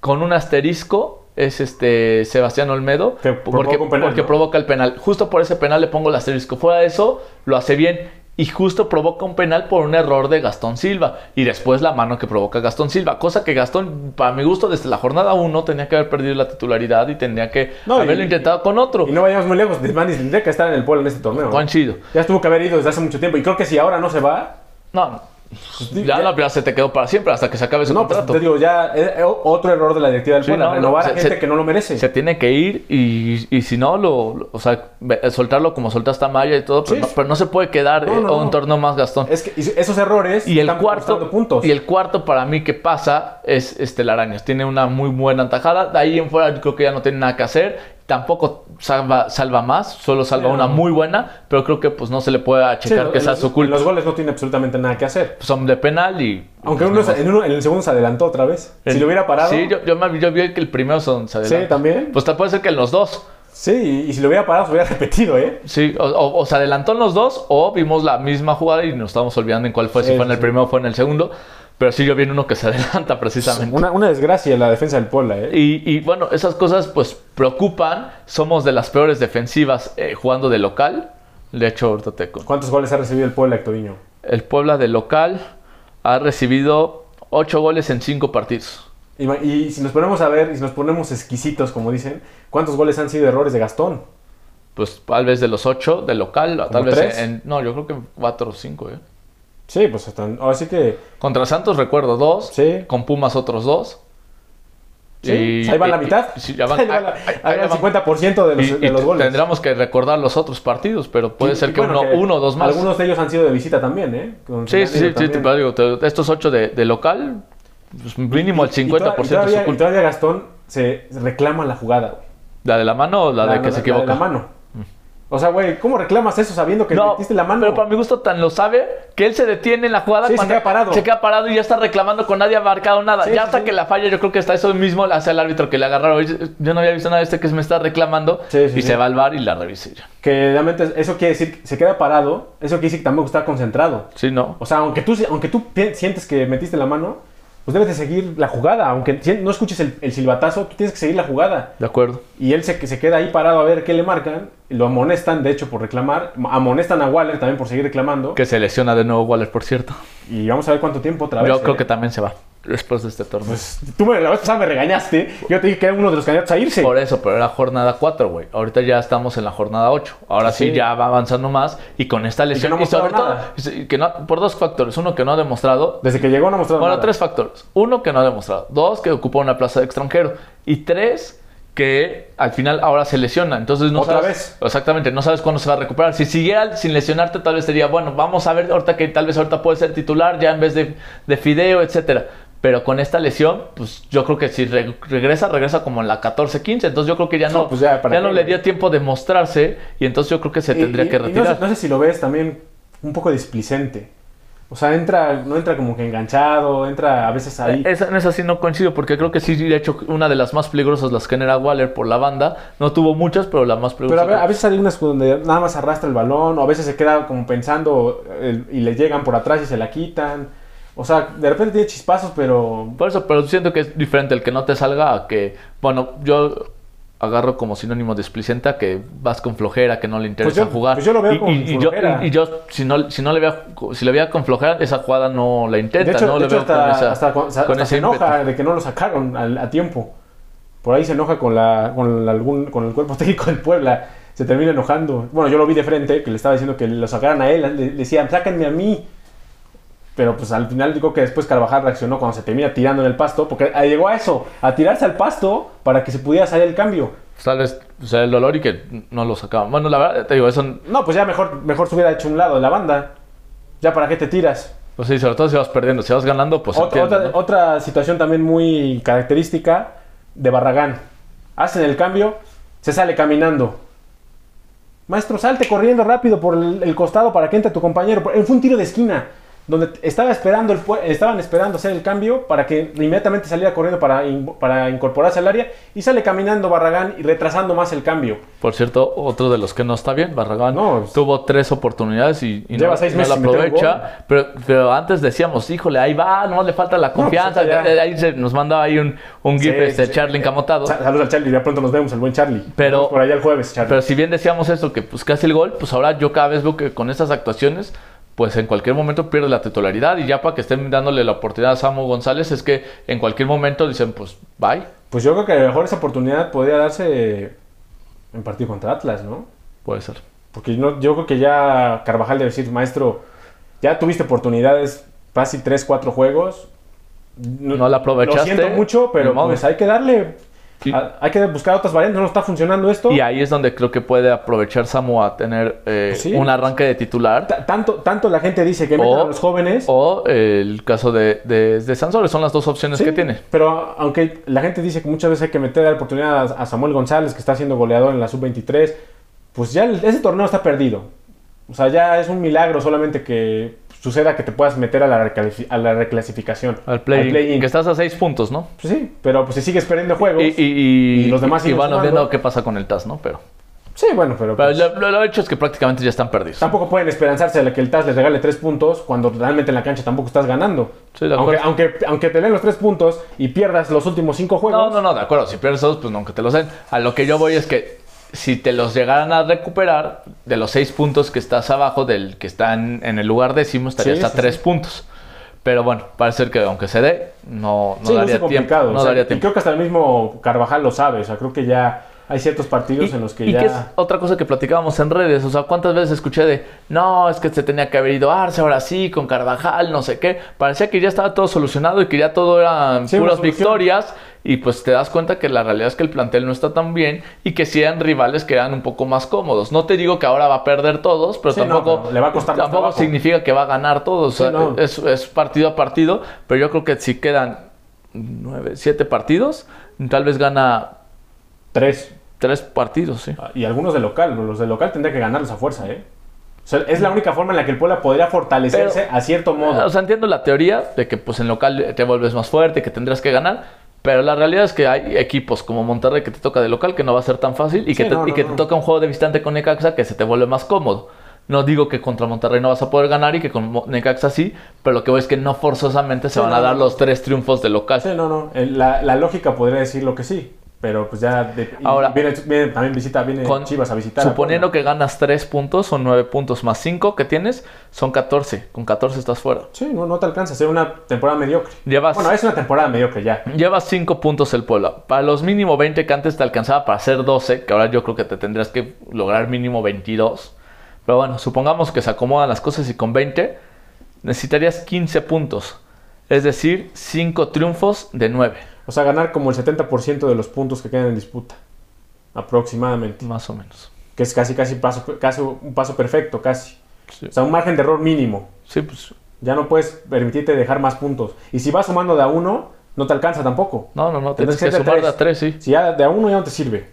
Speaker 2: con un asterisco es este Sebastián Olmedo
Speaker 1: Que
Speaker 2: porque,
Speaker 1: provoca un penal,
Speaker 2: porque
Speaker 1: ¿no?
Speaker 2: provoca el penal. Justo por ese penal le pongo el asterisco. Fuera de eso lo hace bien y justo provoca un penal por un error de Gastón Silva y después la mano que provoca Gastón Silva, cosa que Gastón para mi gusto desde la jornada 1 tenía que haber perdido la titularidad y tenía que
Speaker 1: No, y-
Speaker 2: haberlo intentado con otro.
Speaker 1: Y no vayamos muy lejos. Desmanis tendría que estar en el pueblo en este torneo. ¿eh?
Speaker 2: Coincido.
Speaker 1: Ya estuvo que haber ido desde hace mucho tiempo. Y creo que si ahora no se va,
Speaker 2: No,
Speaker 1: di-
Speaker 2: ya
Speaker 1: ya-
Speaker 2: la plaza se te quedó para siempre hasta que se acabe su
Speaker 1: No, pues
Speaker 2: contrato.
Speaker 1: te digo, ya eh, eh, otro error de la directiva del
Speaker 2: Sí,
Speaker 1: Puebla,
Speaker 2: no, no,
Speaker 1: renovar
Speaker 2: se-
Speaker 1: a gente
Speaker 2: se-
Speaker 1: que no lo merece.
Speaker 2: se tiene que ir y, y si no, lo, lo- o sea, ve- eh, soltarlo como soltaste a Maya y todo, pero,
Speaker 1: Sí.
Speaker 2: no, pero no se puede quedar
Speaker 1: No,
Speaker 2: eh,
Speaker 1: no,
Speaker 2: un
Speaker 1: no.
Speaker 2: torneo más Gastón.
Speaker 1: es que y esos errores
Speaker 2: y el
Speaker 1: están
Speaker 2: cuarto
Speaker 1: costando puntos.
Speaker 2: y el cuarto para mí que pasa es este Arañas. Tiene una muy buena tajada. De ahí en fuera creo que ya no tiene nada que hacer. Tampoco salva, salva más, solo salva
Speaker 1: Sí,
Speaker 2: una
Speaker 1: no.
Speaker 2: muy buena, pero creo que pues no se le puede
Speaker 1: Sí,
Speaker 2: achacar
Speaker 1: en
Speaker 2: que sea
Speaker 1: los-
Speaker 2: su culpa. Pues,
Speaker 1: en Los goles no tiene absolutamente nada que hacer.
Speaker 2: Son de penal y
Speaker 1: Aunque
Speaker 2: pues,
Speaker 1: uno,
Speaker 2: ni modo.
Speaker 1: se- en, uno- en el segundo se adelantó otra vez. si
Speaker 2: El-
Speaker 1: lo hubiera parado.
Speaker 2: Sí, yo, yo, me- yo vi que el primero son, se adelanta.
Speaker 1: Sí, también.
Speaker 2: Pues tal- puede ser que en los dos.
Speaker 1: Sí, y, y si lo hubiera parado, se hubiera repetido, ¿eh?
Speaker 2: Sí, o, o- o se adelantó en los dos, o vimos la misma jugada y nos estábamos olvidando en cuál fue,
Speaker 1: Sí,
Speaker 2: si fue en
Speaker 1: sí,
Speaker 2: el
Speaker 1: sí.
Speaker 2: primero o fue en el segundo. Pero sí yo viene uno que se adelanta precisamente.
Speaker 1: Una, una desgracia la defensa del Puebla, ¿eh?
Speaker 2: Y, y, bueno, esas cosas pues preocupan. Somos de las peores defensivas eh, jugando de local. De hecho, ahorita te con-
Speaker 1: ¿Cuántos goles ha recibido el Puebla, Hectorinho?
Speaker 2: El Puebla de local ha recibido 8 goles en 5 partidos.
Speaker 1: Ima- Y si nos ponemos a ver, y si nos ponemos exquisitos, como dicen, ¿cuántos goles han sido errores de Gastón?
Speaker 2: Pues tal vez de los 8 de local, tal vez
Speaker 1: tres?
Speaker 2: en... No, yo creo que 4 o 5. ¿eh?
Speaker 1: Sí, pues hasta, así que
Speaker 2: Contra Santos recuerdo 2.
Speaker 1: Sí.
Speaker 2: Con Pumas otros 2.
Speaker 1: sí, ahí va la mitad.
Speaker 2: sí, ya van-
Speaker 1: ahí va, la-
Speaker 2: ahí- ahí
Speaker 1: ahí va el
Speaker 2: van-
Speaker 1: 50% de los,
Speaker 2: Y-
Speaker 1: de
Speaker 2: y
Speaker 1: los goles.
Speaker 2: Tendríamos que recordar los otros partidos, pero puede
Speaker 1: Sí,
Speaker 2: ser
Speaker 1: y
Speaker 2: que
Speaker 1: bueno,
Speaker 2: uno, uno o dos más.
Speaker 1: Algunos de ellos han sido de visita también, ¿eh? Con-
Speaker 2: Sí,
Speaker 1: han
Speaker 2: sí,
Speaker 1: ido
Speaker 2: sí, sí,
Speaker 1: también.
Speaker 2: te digo, te- estos ocho de, de local, pues, mínimo el
Speaker 1: Y toda-
Speaker 2: 50%
Speaker 1: y todavía,
Speaker 2: es su
Speaker 1: y
Speaker 2: culpa.
Speaker 1: todavía Gastón se reclama la jugada, güey.
Speaker 2: ¿La de la mano o la, de que se equivoca? Mm.
Speaker 1: de la mano. O sea, güey, ¿cómo reclamas eso sabiendo que
Speaker 2: No,
Speaker 1: metiste la mano?
Speaker 2: pero para mi gusto tan lo sabe que él se detiene en la jugada
Speaker 1: Sí, se queda parado.
Speaker 2: se queda parado y ya está reclamando con nadie ha marcado nada.
Speaker 1: Sí,
Speaker 2: ya
Speaker 1: sí,
Speaker 2: hasta
Speaker 1: sí.
Speaker 2: que la falla, yo creo que está eso mismo le hace al árbitro que le agarraron. Oye, Yo no había visto nada de este que se me está reclamando
Speaker 1: Sí, sí,
Speaker 2: y
Speaker 1: sí.
Speaker 2: se va al bar y la revisa.
Speaker 1: Que realmente eso quiere decir que se queda parado, eso quiere decir que tampoco está concentrado.
Speaker 2: Sí, no.
Speaker 1: O sea, aunque tú, aunque tú pi- sientes que metiste la mano, pues debes de seguir la jugada. Aunque si- no escuches el, el silbatazo, tú tienes que seguir la jugada.
Speaker 2: De acuerdo.
Speaker 1: Y él se, que se queda ahí parado a ver qué le marcan. y Lo amonestan, de hecho, por reclamar. Amonestan a Waller también por seguir reclamando.
Speaker 2: Que se lesiona de nuevo Waller, por cierto.
Speaker 1: Y vamos a ver cuánto tiempo otra vez.
Speaker 2: Yo
Speaker 1: ¿eh?
Speaker 2: creo que también se va después de este torneo.
Speaker 1: Pues, tú me, la vez pasada me regañaste. Yo te dije que era uno de los candidatos a irse.
Speaker 2: Por eso, pero era jornada 4, güey. Ahorita ya estamos en la jornada 8. Ahora sí.
Speaker 1: Sí.
Speaker 2: ya va avanzando más y con esta lesión.
Speaker 1: no ha
Speaker 2: y sobre
Speaker 1: mostrado
Speaker 2: todo, sí, que no- por dos factores. Uno, que no ha demostrado.
Speaker 1: Desde que llegó no ha mostrado
Speaker 2: Bueno,
Speaker 1: nada.
Speaker 2: tres factores. Uno, que no ha demostrado. Dos, que ocupa una plaza de extranjero. Y tres, que al final ahora se lesiona. Entonces no
Speaker 1: Otra
Speaker 2: sabes. Exactamente, no sabes cuándo se va a recuperar. Si siguiera sin lesionarte, tal vez sería, bueno, vamos a ver ahorita que tal vez ahorita puede ser titular ya en vez de, de Fideo, etcétera. Pero con esta lesión, pues yo creo que si re- regresa, regresa como en la 14-15. Entonces yo creo que ya no,
Speaker 1: No, pues ya, ¿para
Speaker 2: ya
Speaker 1: qué,
Speaker 2: no le
Speaker 1: güey?
Speaker 2: dio tiempo de mostrarse. Y entonces yo creo que se
Speaker 1: Y-
Speaker 2: tendría
Speaker 1: y-
Speaker 2: que
Speaker 1: y no sé-
Speaker 2: retirar.
Speaker 1: no, sé, si lo ves también un poco displicente. O sea, entra, no entra como que enganchado, entra a veces ahí.
Speaker 2: Eh, Esa, en esa sí no coincido, porque creo que sí, de hecho, una de las más peligrosas las genera Waller por la banda. No tuvo muchas, pero la más
Speaker 1: Pero
Speaker 2: peligrosa.
Speaker 1: a, ver- a veces hay unas donde nada más arrastra el balón, o a veces se queda como pensando el- y le llegan por atrás y se la quitan. O sea, de repente tiene chispazos, pero.
Speaker 2: Por eso, pero siento que es diferente el que no te salga a que, bueno, yo agarro como sinónimo displicente a que vas con flojera, que no le interesa
Speaker 1: yo-
Speaker 2: jugar.
Speaker 1: pues yo lo veo
Speaker 2: y,
Speaker 1: con
Speaker 2: y- y yo,
Speaker 1: flojera.
Speaker 2: y- y yo, si no, si no le veía, si le veía con flojera, esa jugada no la intenta,
Speaker 1: De hecho,
Speaker 2: no
Speaker 1: de
Speaker 2: le
Speaker 1: hecho
Speaker 2: veo
Speaker 1: hasta,
Speaker 2: con esa,
Speaker 1: hasta con- hasta
Speaker 2: con ese
Speaker 1: se enoja
Speaker 2: ímpetu.
Speaker 1: de que no lo sacaron al- a, tiempo. Por ahí se enoja con, la, con, la- algún, con el cuerpo técnico del Puebla. Se termina enojando. Bueno, yo lo vi de frente, que le estaba diciendo que lo sacaran a él. Le, le decían, sáquenme a mí. Pero pues al final digo que después Carvajal reaccionó cuando se termina tirando en el pasto. Porque ah, llegó a eso, a tirarse al pasto para que se pudiera salir el cambio.
Speaker 2: Tal vez o sea, el dolor y que no lo sacaban. Bueno, la verdad, te digo, eso
Speaker 1: No, pues ya mejor, mejor se hubiera hecho un lado de la banda. Ya para qué te tiras.
Speaker 2: Pues sí, sobre todo si vas perdiendo. Si vas ganando, pues
Speaker 1: Ot-
Speaker 2: entiendo,
Speaker 1: otra,
Speaker 2: ¿no?
Speaker 1: otra situación también muy característica de Barragán. Hacen el cambio, se sale caminando. Maestro, salte corriendo rápido por el, el costado para que entre tu compañero. Por- Fue un tiro de esquina donde t- estaba esperando el, pue- estaban esperando hacer el cambio para que inmediatamente saliera corriendo para, in- para incorporarse al área y sale caminando Barragán y retrasando más el cambio.
Speaker 2: Por cierto, otro de los que no está bien, Barragán,
Speaker 1: No, pues-
Speaker 2: tuvo tres oportunidades y, y
Speaker 1: Lleva
Speaker 2: no,
Speaker 1: seis
Speaker 2: no
Speaker 1: meses
Speaker 2: la
Speaker 1: sin meter un gol.
Speaker 2: aprovecha. Pero, pero antes decíamos, híjole, ahí va, no le falta la confianza. Eh,
Speaker 1: pues, ya.
Speaker 2: ahí se nos mandaba ahí un, un
Speaker 1: Sí,
Speaker 2: gif este,
Speaker 1: sí.
Speaker 2: Charlie encamotado.
Speaker 1: Sa- Saludos al Charlie, ya pronto nos vemos, el buen Charlie.
Speaker 2: Pero-
Speaker 1: Nos vemos por allá el jueves, Charlie.
Speaker 2: Pero si bien decíamos eso, que pues casi el gol, pues ahora yo cada vez veo que con estas actuaciones, pues en cualquier momento pierde la titularidad. Y ya para que estén dándole la oportunidad a Samu González, es que en cualquier momento dicen, pues bye.
Speaker 1: Pues yo creo que a lo mejor esa oportunidad podría darse en partido contra Atlas, ¿no?
Speaker 2: Puede ser.
Speaker 1: Porque no, yo creo que ya Carvajal debe decir, maestro, ya tuviste oportunidades, fácil 3, 4 juegos.
Speaker 2: No la aprovechaste.
Speaker 1: Lo siento mucho, pero
Speaker 2: Ni modo.
Speaker 1: pues hay que darle,
Speaker 2: Sí.
Speaker 1: a- hay que buscar otras variantes, no está funcionando esto.
Speaker 2: Y ahí es donde creo que puede aprovechar Samu a tener eh,
Speaker 1: Pues sí.
Speaker 2: un arranque de titular.
Speaker 1: Ta- tanto, tanto la gente dice que metan a los jóvenes.
Speaker 2: O el caso de, de, de Sansores, son las dos opciones
Speaker 1: Sí,
Speaker 2: que tiene.
Speaker 1: Pero aunque la gente dice que muchas veces hay que meter la oportunidad a, a Samuel González, que está siendo goleador en la sub-23, pues ya el- ese torneo está perdido. O sea, ya es un milagro solamente que suceda que te puedas meter a la, recalifi- a la reclasificación.
Speaker 2: Al play,
Speaker 1: play-in.
Speaker 2: que estás a seis puntos, ¿no?
Speaker 1: Pues sí, pero pues si sigues perdiendo juegos.
Speaker 2: Y, y, y-
Speaker 1: Y los demás
Speaker 2: y
Speaker 1: siguen
Speaker 2: van
Speaker 1: sumando.
Speaker 2: viendo qué pasa con el TAS, ¿no? Pero
Speaker 1: Sí, bueno, pero.
Speaker 2: Pero
Speaker 1: pues,
Speaker 2: lo, lo- lo hecho es que prácticamente ya están perdidos.
Speaker 1: Tampoco pueden esperanzarse a que el TAS les regale tres puntos cuando realmente en la cancha tampoco estás ganando.
Speaker 2: Sí, de
Speaker 1: aunque,
Speaker 2: acuerdo.
Speaker 1: aunque, aunque te den los tres puntos y pierdas los últimos cinco
Speaker 2: No,
Speaker 1: juegos.
Speaker 2: no, no, de acuerdo. Si pierdes esos, pues nunca te los den. A lo que yo voy es que si te los llegaran a recuperar, de los seis puntos que estás abajo del que están en el lugar décimo, estaría
Speaker 1: Sí,
Speaker 2: hasta
Speaker 1: sí,
Speaker 2: tres puntos. Pero bueno, parece ser que aunque se dé, no, no
Speaker 1: sí,
Speaker 2: daría
Speaker 1: luce
Speaker 2: tiempo.
Speaker 1: complicado.
Speaker 2: No
Speaker 1: o sea,
Speaker 2: daría
Speaker 1: y
Speaker 2: tiempo.
Speaker 1: creo que hasta el mismo Carvajal lo sabe. O sea, creo que ya hay ciertos partidos en los que
Speaker 2: y
Speaker 1: ya.
Speaker 2: es otra cosa que platicábamos en redes, o sea, cuántas veces escuché de, no, es que se tenía que haber ido Arce, ahora sí, con Carvajal, no sé qué, parecía que ya estaba todo solucionado y que ya todo eran
Speaker 1: Sí, una
Speaker 2: puras
Speaker 1: solución.
Speaker 2: victorias, y pues te das cuenta que la realidad es que el plantel no está tan bien y que si eran rivales que eran un poco más cómodos. No te digo que ahora va a perder todos, pero
Speaker 1: Sí, no,
Speaker 2: tampoco,
Speaker 1: no, le va a costar más
Speaker 2: tampoco
Speaker 1: trabajo.
Speaker 2: significa que va a ganar todos, o sea,
Speaker 1: Sí, no.
Speaker 2: es, es partido a partido, pero yo creo que si quedan nueve, siete partidos, tal vez gana
Speaker 1: Tres.
Speaker 2: tres partidos, sí.
Speaker 1: Ah, Y algunos de local. Los de local tendría que ganarlos a fuerza, ¿eh? O sea, es la única forma en la que el Puebla podría fortalecerse
Speaker 2: Pero- eh,
Speaker 1: a cierto modo.
Speaker 2: O sea, entiendo la teoría de que pues en local te vuelves más fuerte, que tendrás que ganar, pero la realidad es que hay equipos como Monterrey que te toca de local que no va a ser tan fácil y que,
Speaker 1: Sí,
Speaker 2: te,
Speaker 1: no,
Speaker 2: y
Speaker 1: no,
Speaker 2: que
Speaker 1: no.
Speaker 2: te toca un juego de visitante con Necaxa que se te vuelve más cómodo. No digo que contra Monterrey no vas a poder ganar y que con Mo- Necaxa sí, pero lo que veo es que no forzosamente se
Speaker 1: Sí,
Speaker 2: van
Speaker 1: no,
Speaker 2: a dar
Speaker 1: no.
Speaker 2: los tres triunfos de local.
Speaker 1: Sí, no, no. El- la, la lógica podría decir lo que sí. Pero pues ya. de- y
Speaker 2: Ahora-
Speaker 1: viene, viene- también visita, viene
Speaker 2: Con-
Speaker 1: Chivas a visitar. a
Speaker 2: Suponiendo
Speaker 1: Puebla.
Speaker 2: que ganas tres puntos, son nueve puntos más cinco que tienes, son 14. Con 14 estás fuera.
Speaker 1: Sí, no, no te alcanza. Sería una temporada mediocre.
Speaker 2: Llevas
Speaker 1: Bueno, es una temporada mediocre ya.
Speaker 2: Lleva 5 puntos el Puebla. Para los mínimo 20 que antes te alcanzaba para hacer 12, que ahora yo creo que te tendrás que lograr mínimo 22. Pero bueno, supongamos que se acomodan las cosas y con 20 necesitarías 15 puntos. Es decir, 5 triunfos de 9,
Speaker 1: O sea, ganar como el 70% de los puntos que quedan en disputa. Aproximadamente.
Speaker 2: más o menos.
Speaker 1: Que es casi, casi, paso, casi un paso perfecto, casi.
Speaker 2: Sí,
Speaker 1: O sea, un margen de error mínimo.
Speaker 2: sí, pues.
Speaker 1: Ya no puedes permitirte dejar más puntos. Y si vas sumando de a uno, no te alcanza tampoco.
Speaker 2: No, no, no,
Speaker 1: Tendrás
Speaker 2: tienes que
Speaker 1: que hacer
Speaker 2: sumar de
Speaker 1: tres.
Speaker 2: a 3, sí.
Speaker 1: Si ya de a uno ya no te sirve.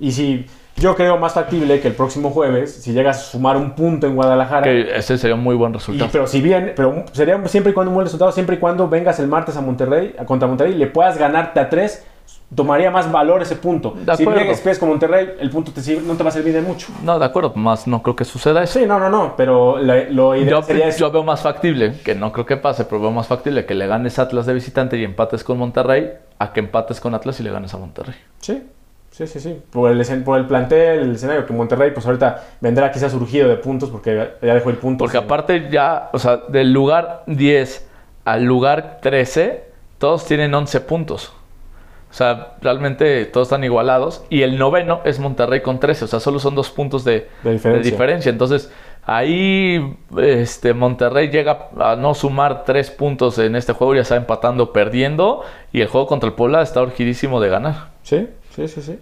Speaker 1: Y si yo creo más factible que el próximo jueves, si llegas a sumar un punto en Guadalajara.
Speaker 2: Que ese sería un muy buen
Speaker 1: y-
Speaker 2: resultado.
Speaker 1: pero si bien, pero sería siempre y cuando un buen resultado, siempre y cuando vengas el martes a Monterrey, a contra Monterrey, le puedas ganarte a tres, tomaría más valor ese punto.
Speaker 2: De
Speaker 1: si
Speaker 2: acuerdo.
Speaker 1: llegas con Monterrey, el punto te sirve- no te va a servir de mucho.
Speaker 2: No, de acuerdo, más no creo que suceda eso.
Speaker 1: Sí, no, no, no, pero lo, lo ideal
Speaker 2: Yo,
Speaker 1: sería eso.
Speaker 2: yo veo más factible, que no creo que pase, pero veo más factible que le ganes a Atlas de visitante y empates con Monterrey a que empates con Atlas y le ganes a Monterrey.
Speaker 1: Sí, sí, sí, sí. Por el, escen- por el plantel, el escenario que Monterrey, pues ahorita vendrá quizás surgido de puntos porque ya dejó el punto.
Speaker 2: Porque
Speaker 1: Sí.
Speaker 2: aparte ya, o sea, del lugar 10 al lugar 13, todos tienen 11 puntos. O sea, realmente todos están igualados. Y el noveno es Monterrey con 13. O sea, solo son dos puntos de,
Speaker 1: De diferencia.
Speaker 2: diferencia. Entonces, ahí este, Monterrey llega a no sumar tres puntos en este juego. Ya está empatando, o perdiendo. Y el juego contra el Puebla está urgidísimo de ganar.
Speaker 1: Sí, sí, sí, sí.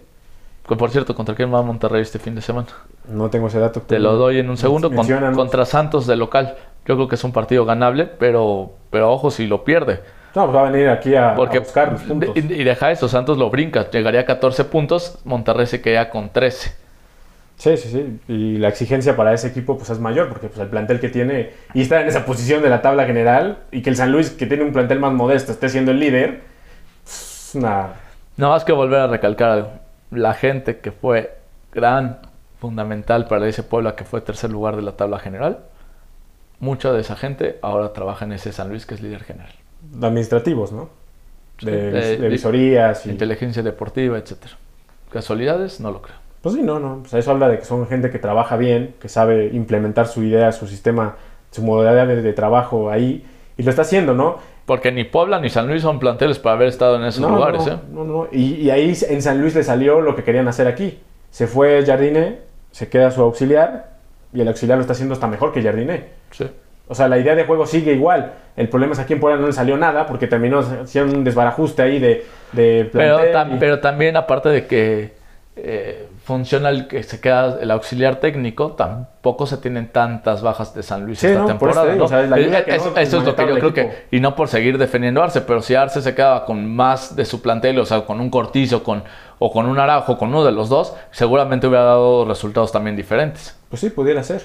Speaker 2: Que por cierto, ¿contra quién va Monterrey este fin de semana?
Speaker 1: No tengo ese dato.
Speaker 2: Te lo doy en un segundo. Con-
Speaker 1: Menciónanos.
Speaker 2: contra Santos de local. Yo creo que es un partido ganable, pero, pero ojo si lo pierde.
Speaker 1: No, pues va a venir aquí a, a
Speaker 2: Porque
Speaker 1: buscar los puntos.
Speaker 2: de- y deja eso, Santos lo brinca, llegaría a 14 puntos, Monterrey se queda con 13.
Speaker 1: Sí, sí, sí. Y la exigencia para ese equipo pues es mayor porque pues el plantel que tiene y está en esa posición de la tabla general y que el San Luis que tiene un plantel más modesto esté siendo el líder. Es una...
Speaker 2: Nada más que volver a recalcar algo. La gente que fue gran, fundamental para ese Puebla que fue tercer lugar de la tabla general, mucha de esa gente ahora trabaja en ese San Luis que es líder general.
Speaker 1: de administrativos, ¿no? De,
Speaker 2: Sí, eh,
Speaker 1: de visorías y...
Speaker 2: Inteligencia deportiva, etcétera. Casualidades, no lo creo.
Speaker 1: Pues sí, no, no. O sea, eso habla de que son gente que trabaja bien, que sabe implementar su idea, su sistema, su modalidad de, de trabajo ahí. Y lo está haciendo, ¿no?
Speaker 2: Porque ni Puebla ni San Luis son planteles para haber estado en esos
Speaker 1: no,
Speaker 2: lugares,
Speaker 1: no,
Speaker 2: ¿eh?
Speaker 1: no, no. Y, y ahí en San Luis le salió lo que querían hacer aquí. Se fue Jardine, se queda su auxiliar y el auxiliar lo está haciendo hasta mejor que Jardine.
Speaker 2: Sí.
Speaker 1: O sea, la idea de juego sigue igual. El problema es que aquí en Puebla no le salió nada porque terminó haciendo un desbarajuste ahí de, de
Speaker 2: Pero,
Speaker 1: plantel
Speaker 2: tam-
Speaker 1: y-
Speaker 2: pero también, aparte de que eh, funciona el que se queda el auxiliar técnico, tampoco se tienen tantas bajas de San Luis
Speaker 1: Sí,
Speaker 2: esta
Speaker 1: ¿no? Por eso
Speaker 2: temporada.
Speaker 1: te digo,
Speaker 2: ¿no?
Speaker 1: o sea, la
Speaker 2: Es-
Speaker 1: liga que
Speaker 2: es-
Speaker 1: no
Speaker 2: eso es lo que yo
Speaker 1: manejaba
Speaker 2: creo
Speaker 1: el
Speaker 2: que.
Speaker 1: equipo.
Speaker 2: Y no por seguir defendiendo a Arce, pero si Arce se quedaba con más de su plantel, o sea, con un Cortizo con, o con un Araujo, con uno de los dos, seguramente hubiera dado resultados también diferentes.
Speaker 1: Pues sí, pudiera ser.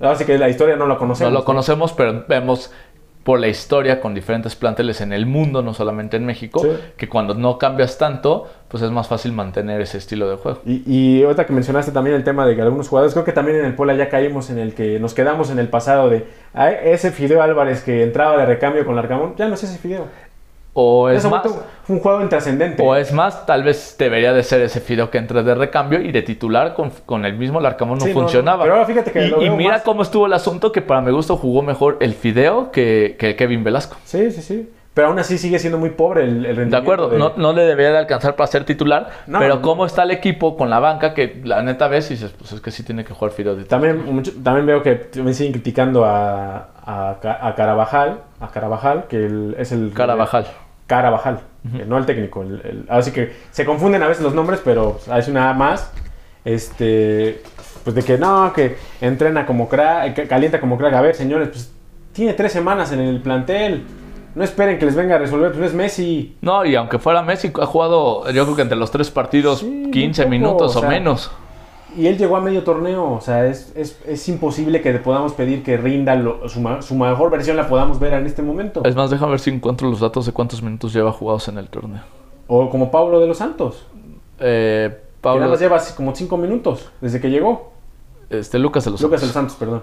Speaker 1: Ahora sí que la historia no la
Speaker 2: No
Speaker 1: conocemos.
Speaker 2: lo conocemos, pero vemos por la historia con diferentes planteles en el mundo, no solamente en México,
Speaker 1: Sí.
Speaker 2: que cuando no cambias tanto, pues es más fácil mantener ese estilo de juego.
Speaker 1: Y, y ahorita que mencionaste también el tema de que algunos jugadores, creo que también en el Puebla ya caímos en el que nos quedamos en el pasado de "Ah, ese Fideo Álvarez que entraba de recambio con Larcamón, ya no es ese Fideo.
Speaker 2: O
Speaker 1: Ya
Speaker 2: es
Speaker 1: se ha
Speaker 2: más,
Speaker 1: vuelto un juego intrascendente.
Speaker 2: o es más, tal vez debería de ser ese Fido que entra de recambio y de titular con, con el mismo Larcamón no
Speaker 1: Sí, no,
Speaker 2: funcionaba.
Speaker 1: no, pero ahora fíjate que
Speaker 2: y,
Speaker 1: lo
Speaker 2: y
Speaker 1: veo
Speaker 2: mira
Speaker 1: más.
Speaker 2: cómo estuvo el asunto que para mi gusto jugó mejor el Fideo que, que Kevin Velasco.
Speaker 1: Sí, sí, sí. Pero aún así sigue siendo muy pobre el, el rendimiento.
Speaker 2: De acuerdo, no, no le debería de alcanzar para ser titular,
Speaker 1: No,
Speaker 2: pero
Speaker 1: no.
Speaker 2: cómo está el equipo con la banca que la neta ves y dices, pues es que sí tiene que jugar Fideo de titular.
Speaker 1: También, mucho- también veo que me siguen criticando a, a, Ca- a Carabajal, a Carabajal, que el- es el...
Speaker 2: Carabajal.
Speaker 1: Carabajal, eh, no el técnico. el- el- así que se confunden a veces los nombres, pero es una A más. Este, pues de que no, que entrena como crack, eh, que calienta como crack. A ver, señores, pues tiene tres semanas en el plantel. No esperen que les venga a resolver, pues no es Messi.
Speaker 2: No, y aunque fuera Messi, ha jugado yo creo que entre los tres partidos
Speaker 1: Sí, muy
Speaker 2: 15
Speaker 1: poco,
Speaker 2: minutos
Speaker 1: o
Speaker 2: o,
Speaker 1: sea,
Speaker 2: menos.
Speaker 1: Y él llegó a medio torneo, o sea, es, es- es imposible que le podamos pedir que rinda lo- su, ma- su mejor versión, la podamos ver en este momento.
Speaker 2: Es más, déjame ver si encuentro los datos de cuántos minutos lleva jugados en el torneo.
Speaker 1: O como Pablo de los Santos,
Speaker 2: Eh,
Speaker 1: que nada
Speaker 2: Pablo,
Speaker 1: más lleva así como cinco minutos desde que llegó.
Speaker 2: este, Lucas de los
Speaker 1: Lucas de los
Speaker 2: Santos.
Speaker 1: Santos, perdón.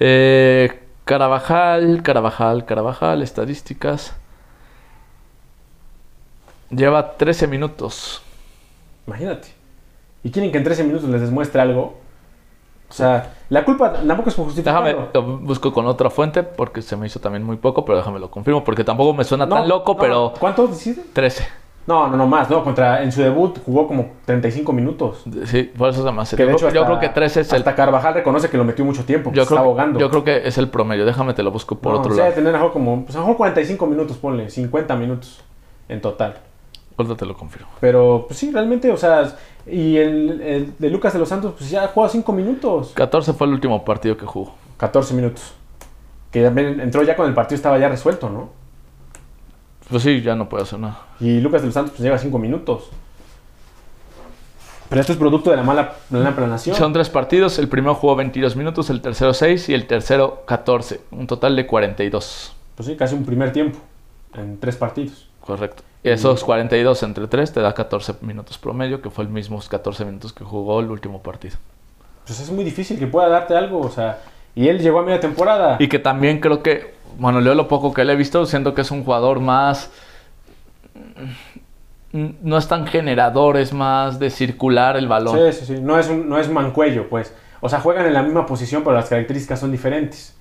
Speaker 2: Eh, Carabajal, Carabajal, Carabajal, estadísticas. Lleva 13 minutos.
Speaker 1: Imagínate. ¿Y quieren que en 13 minutos les demuestre algo? O sea, la culpa tampoco es por justificarlo.
Speaker 2: Déjame, lo busco con otra fuente porque se me hizo también muy poco, pero déjame lo confirmo porque tampoco me suena tan loco,
Speaker 1: no,
Speaker 2: pero
Speaker 1: ¿Cuánto decide?
Speaker 2: 13.
Speaker 1: No, no, no más. No, contra, en su debut jugó como 35 minutos.
Speaker 2: Sí, por eso se me hace.
Speaker 1: Que
Speaker 2: Yo,
Speaker 1: de hecho
Speaker 2: creo- yo
Speaker 1: hasta-
Speaker 2: creo que 13 es el
Speaker 1: Hasta Carvajal reconoce que lo metió mucho tiempo.
Speaker 2: Yo
Speaker 1: que se está
Speaker 2: creo,
Speaker 1: ahogando.
Speaker 2: yo creo que es el promedio. Déjame te lo busco por
Speaker 1: No,
Speaker 2: otro
Speaker 1: o sea,
Speaker 2: lado.
Speaker 1: tener a lo mejor como, pues a lo mejor 45 minutos, ponle, 50 minutos en total.
Speaker 2: Ahorita te lo confirmo.
Speaker 1: Pero, pues sí, realmente, o sea, y el, el de Lucas de los Santos, pues ya juega 5 minutos.
Speaker 2: 14 fue el último partido que jugó.
Speaker 1: 14 minutos. Que también entró ya cuando el partido estaba ya resuelto, ¿no?
Speaker 2: Pues sí, ya no puede hacer nada.
Speaker 1: Y Lucas de los Santos pues lleva 5 minutos. Pero esto es producto de la mala, mala planación.
Speaker 2: Son tres partidos. El primero jugó 22 minutos, el tercero 6 y el tercero 14. Un total de 42.
Speaker 1: Pues sí, casi un primer tiempo en tres partidos.
Speaker 2: Correcto. Y esos 42 entre 3 te da 14 minutos promedio, que fue el mismo 14 minutos que jugó el último partido.
Speaker 1: Pues es muy difícil que pueda darte algo, o sea, y él llegó a media temporada.
Speaker 2: Y que también creo que, bueno, leo lo poco que le he visto, siento que es un jugador más. mm, No es tan generador, es más de circular el balón.
Speaker 1: Sí, sí, sí. No es, un- no es mancuello, pues. O sea, juegan en la misma posición, pero las características son diferentes.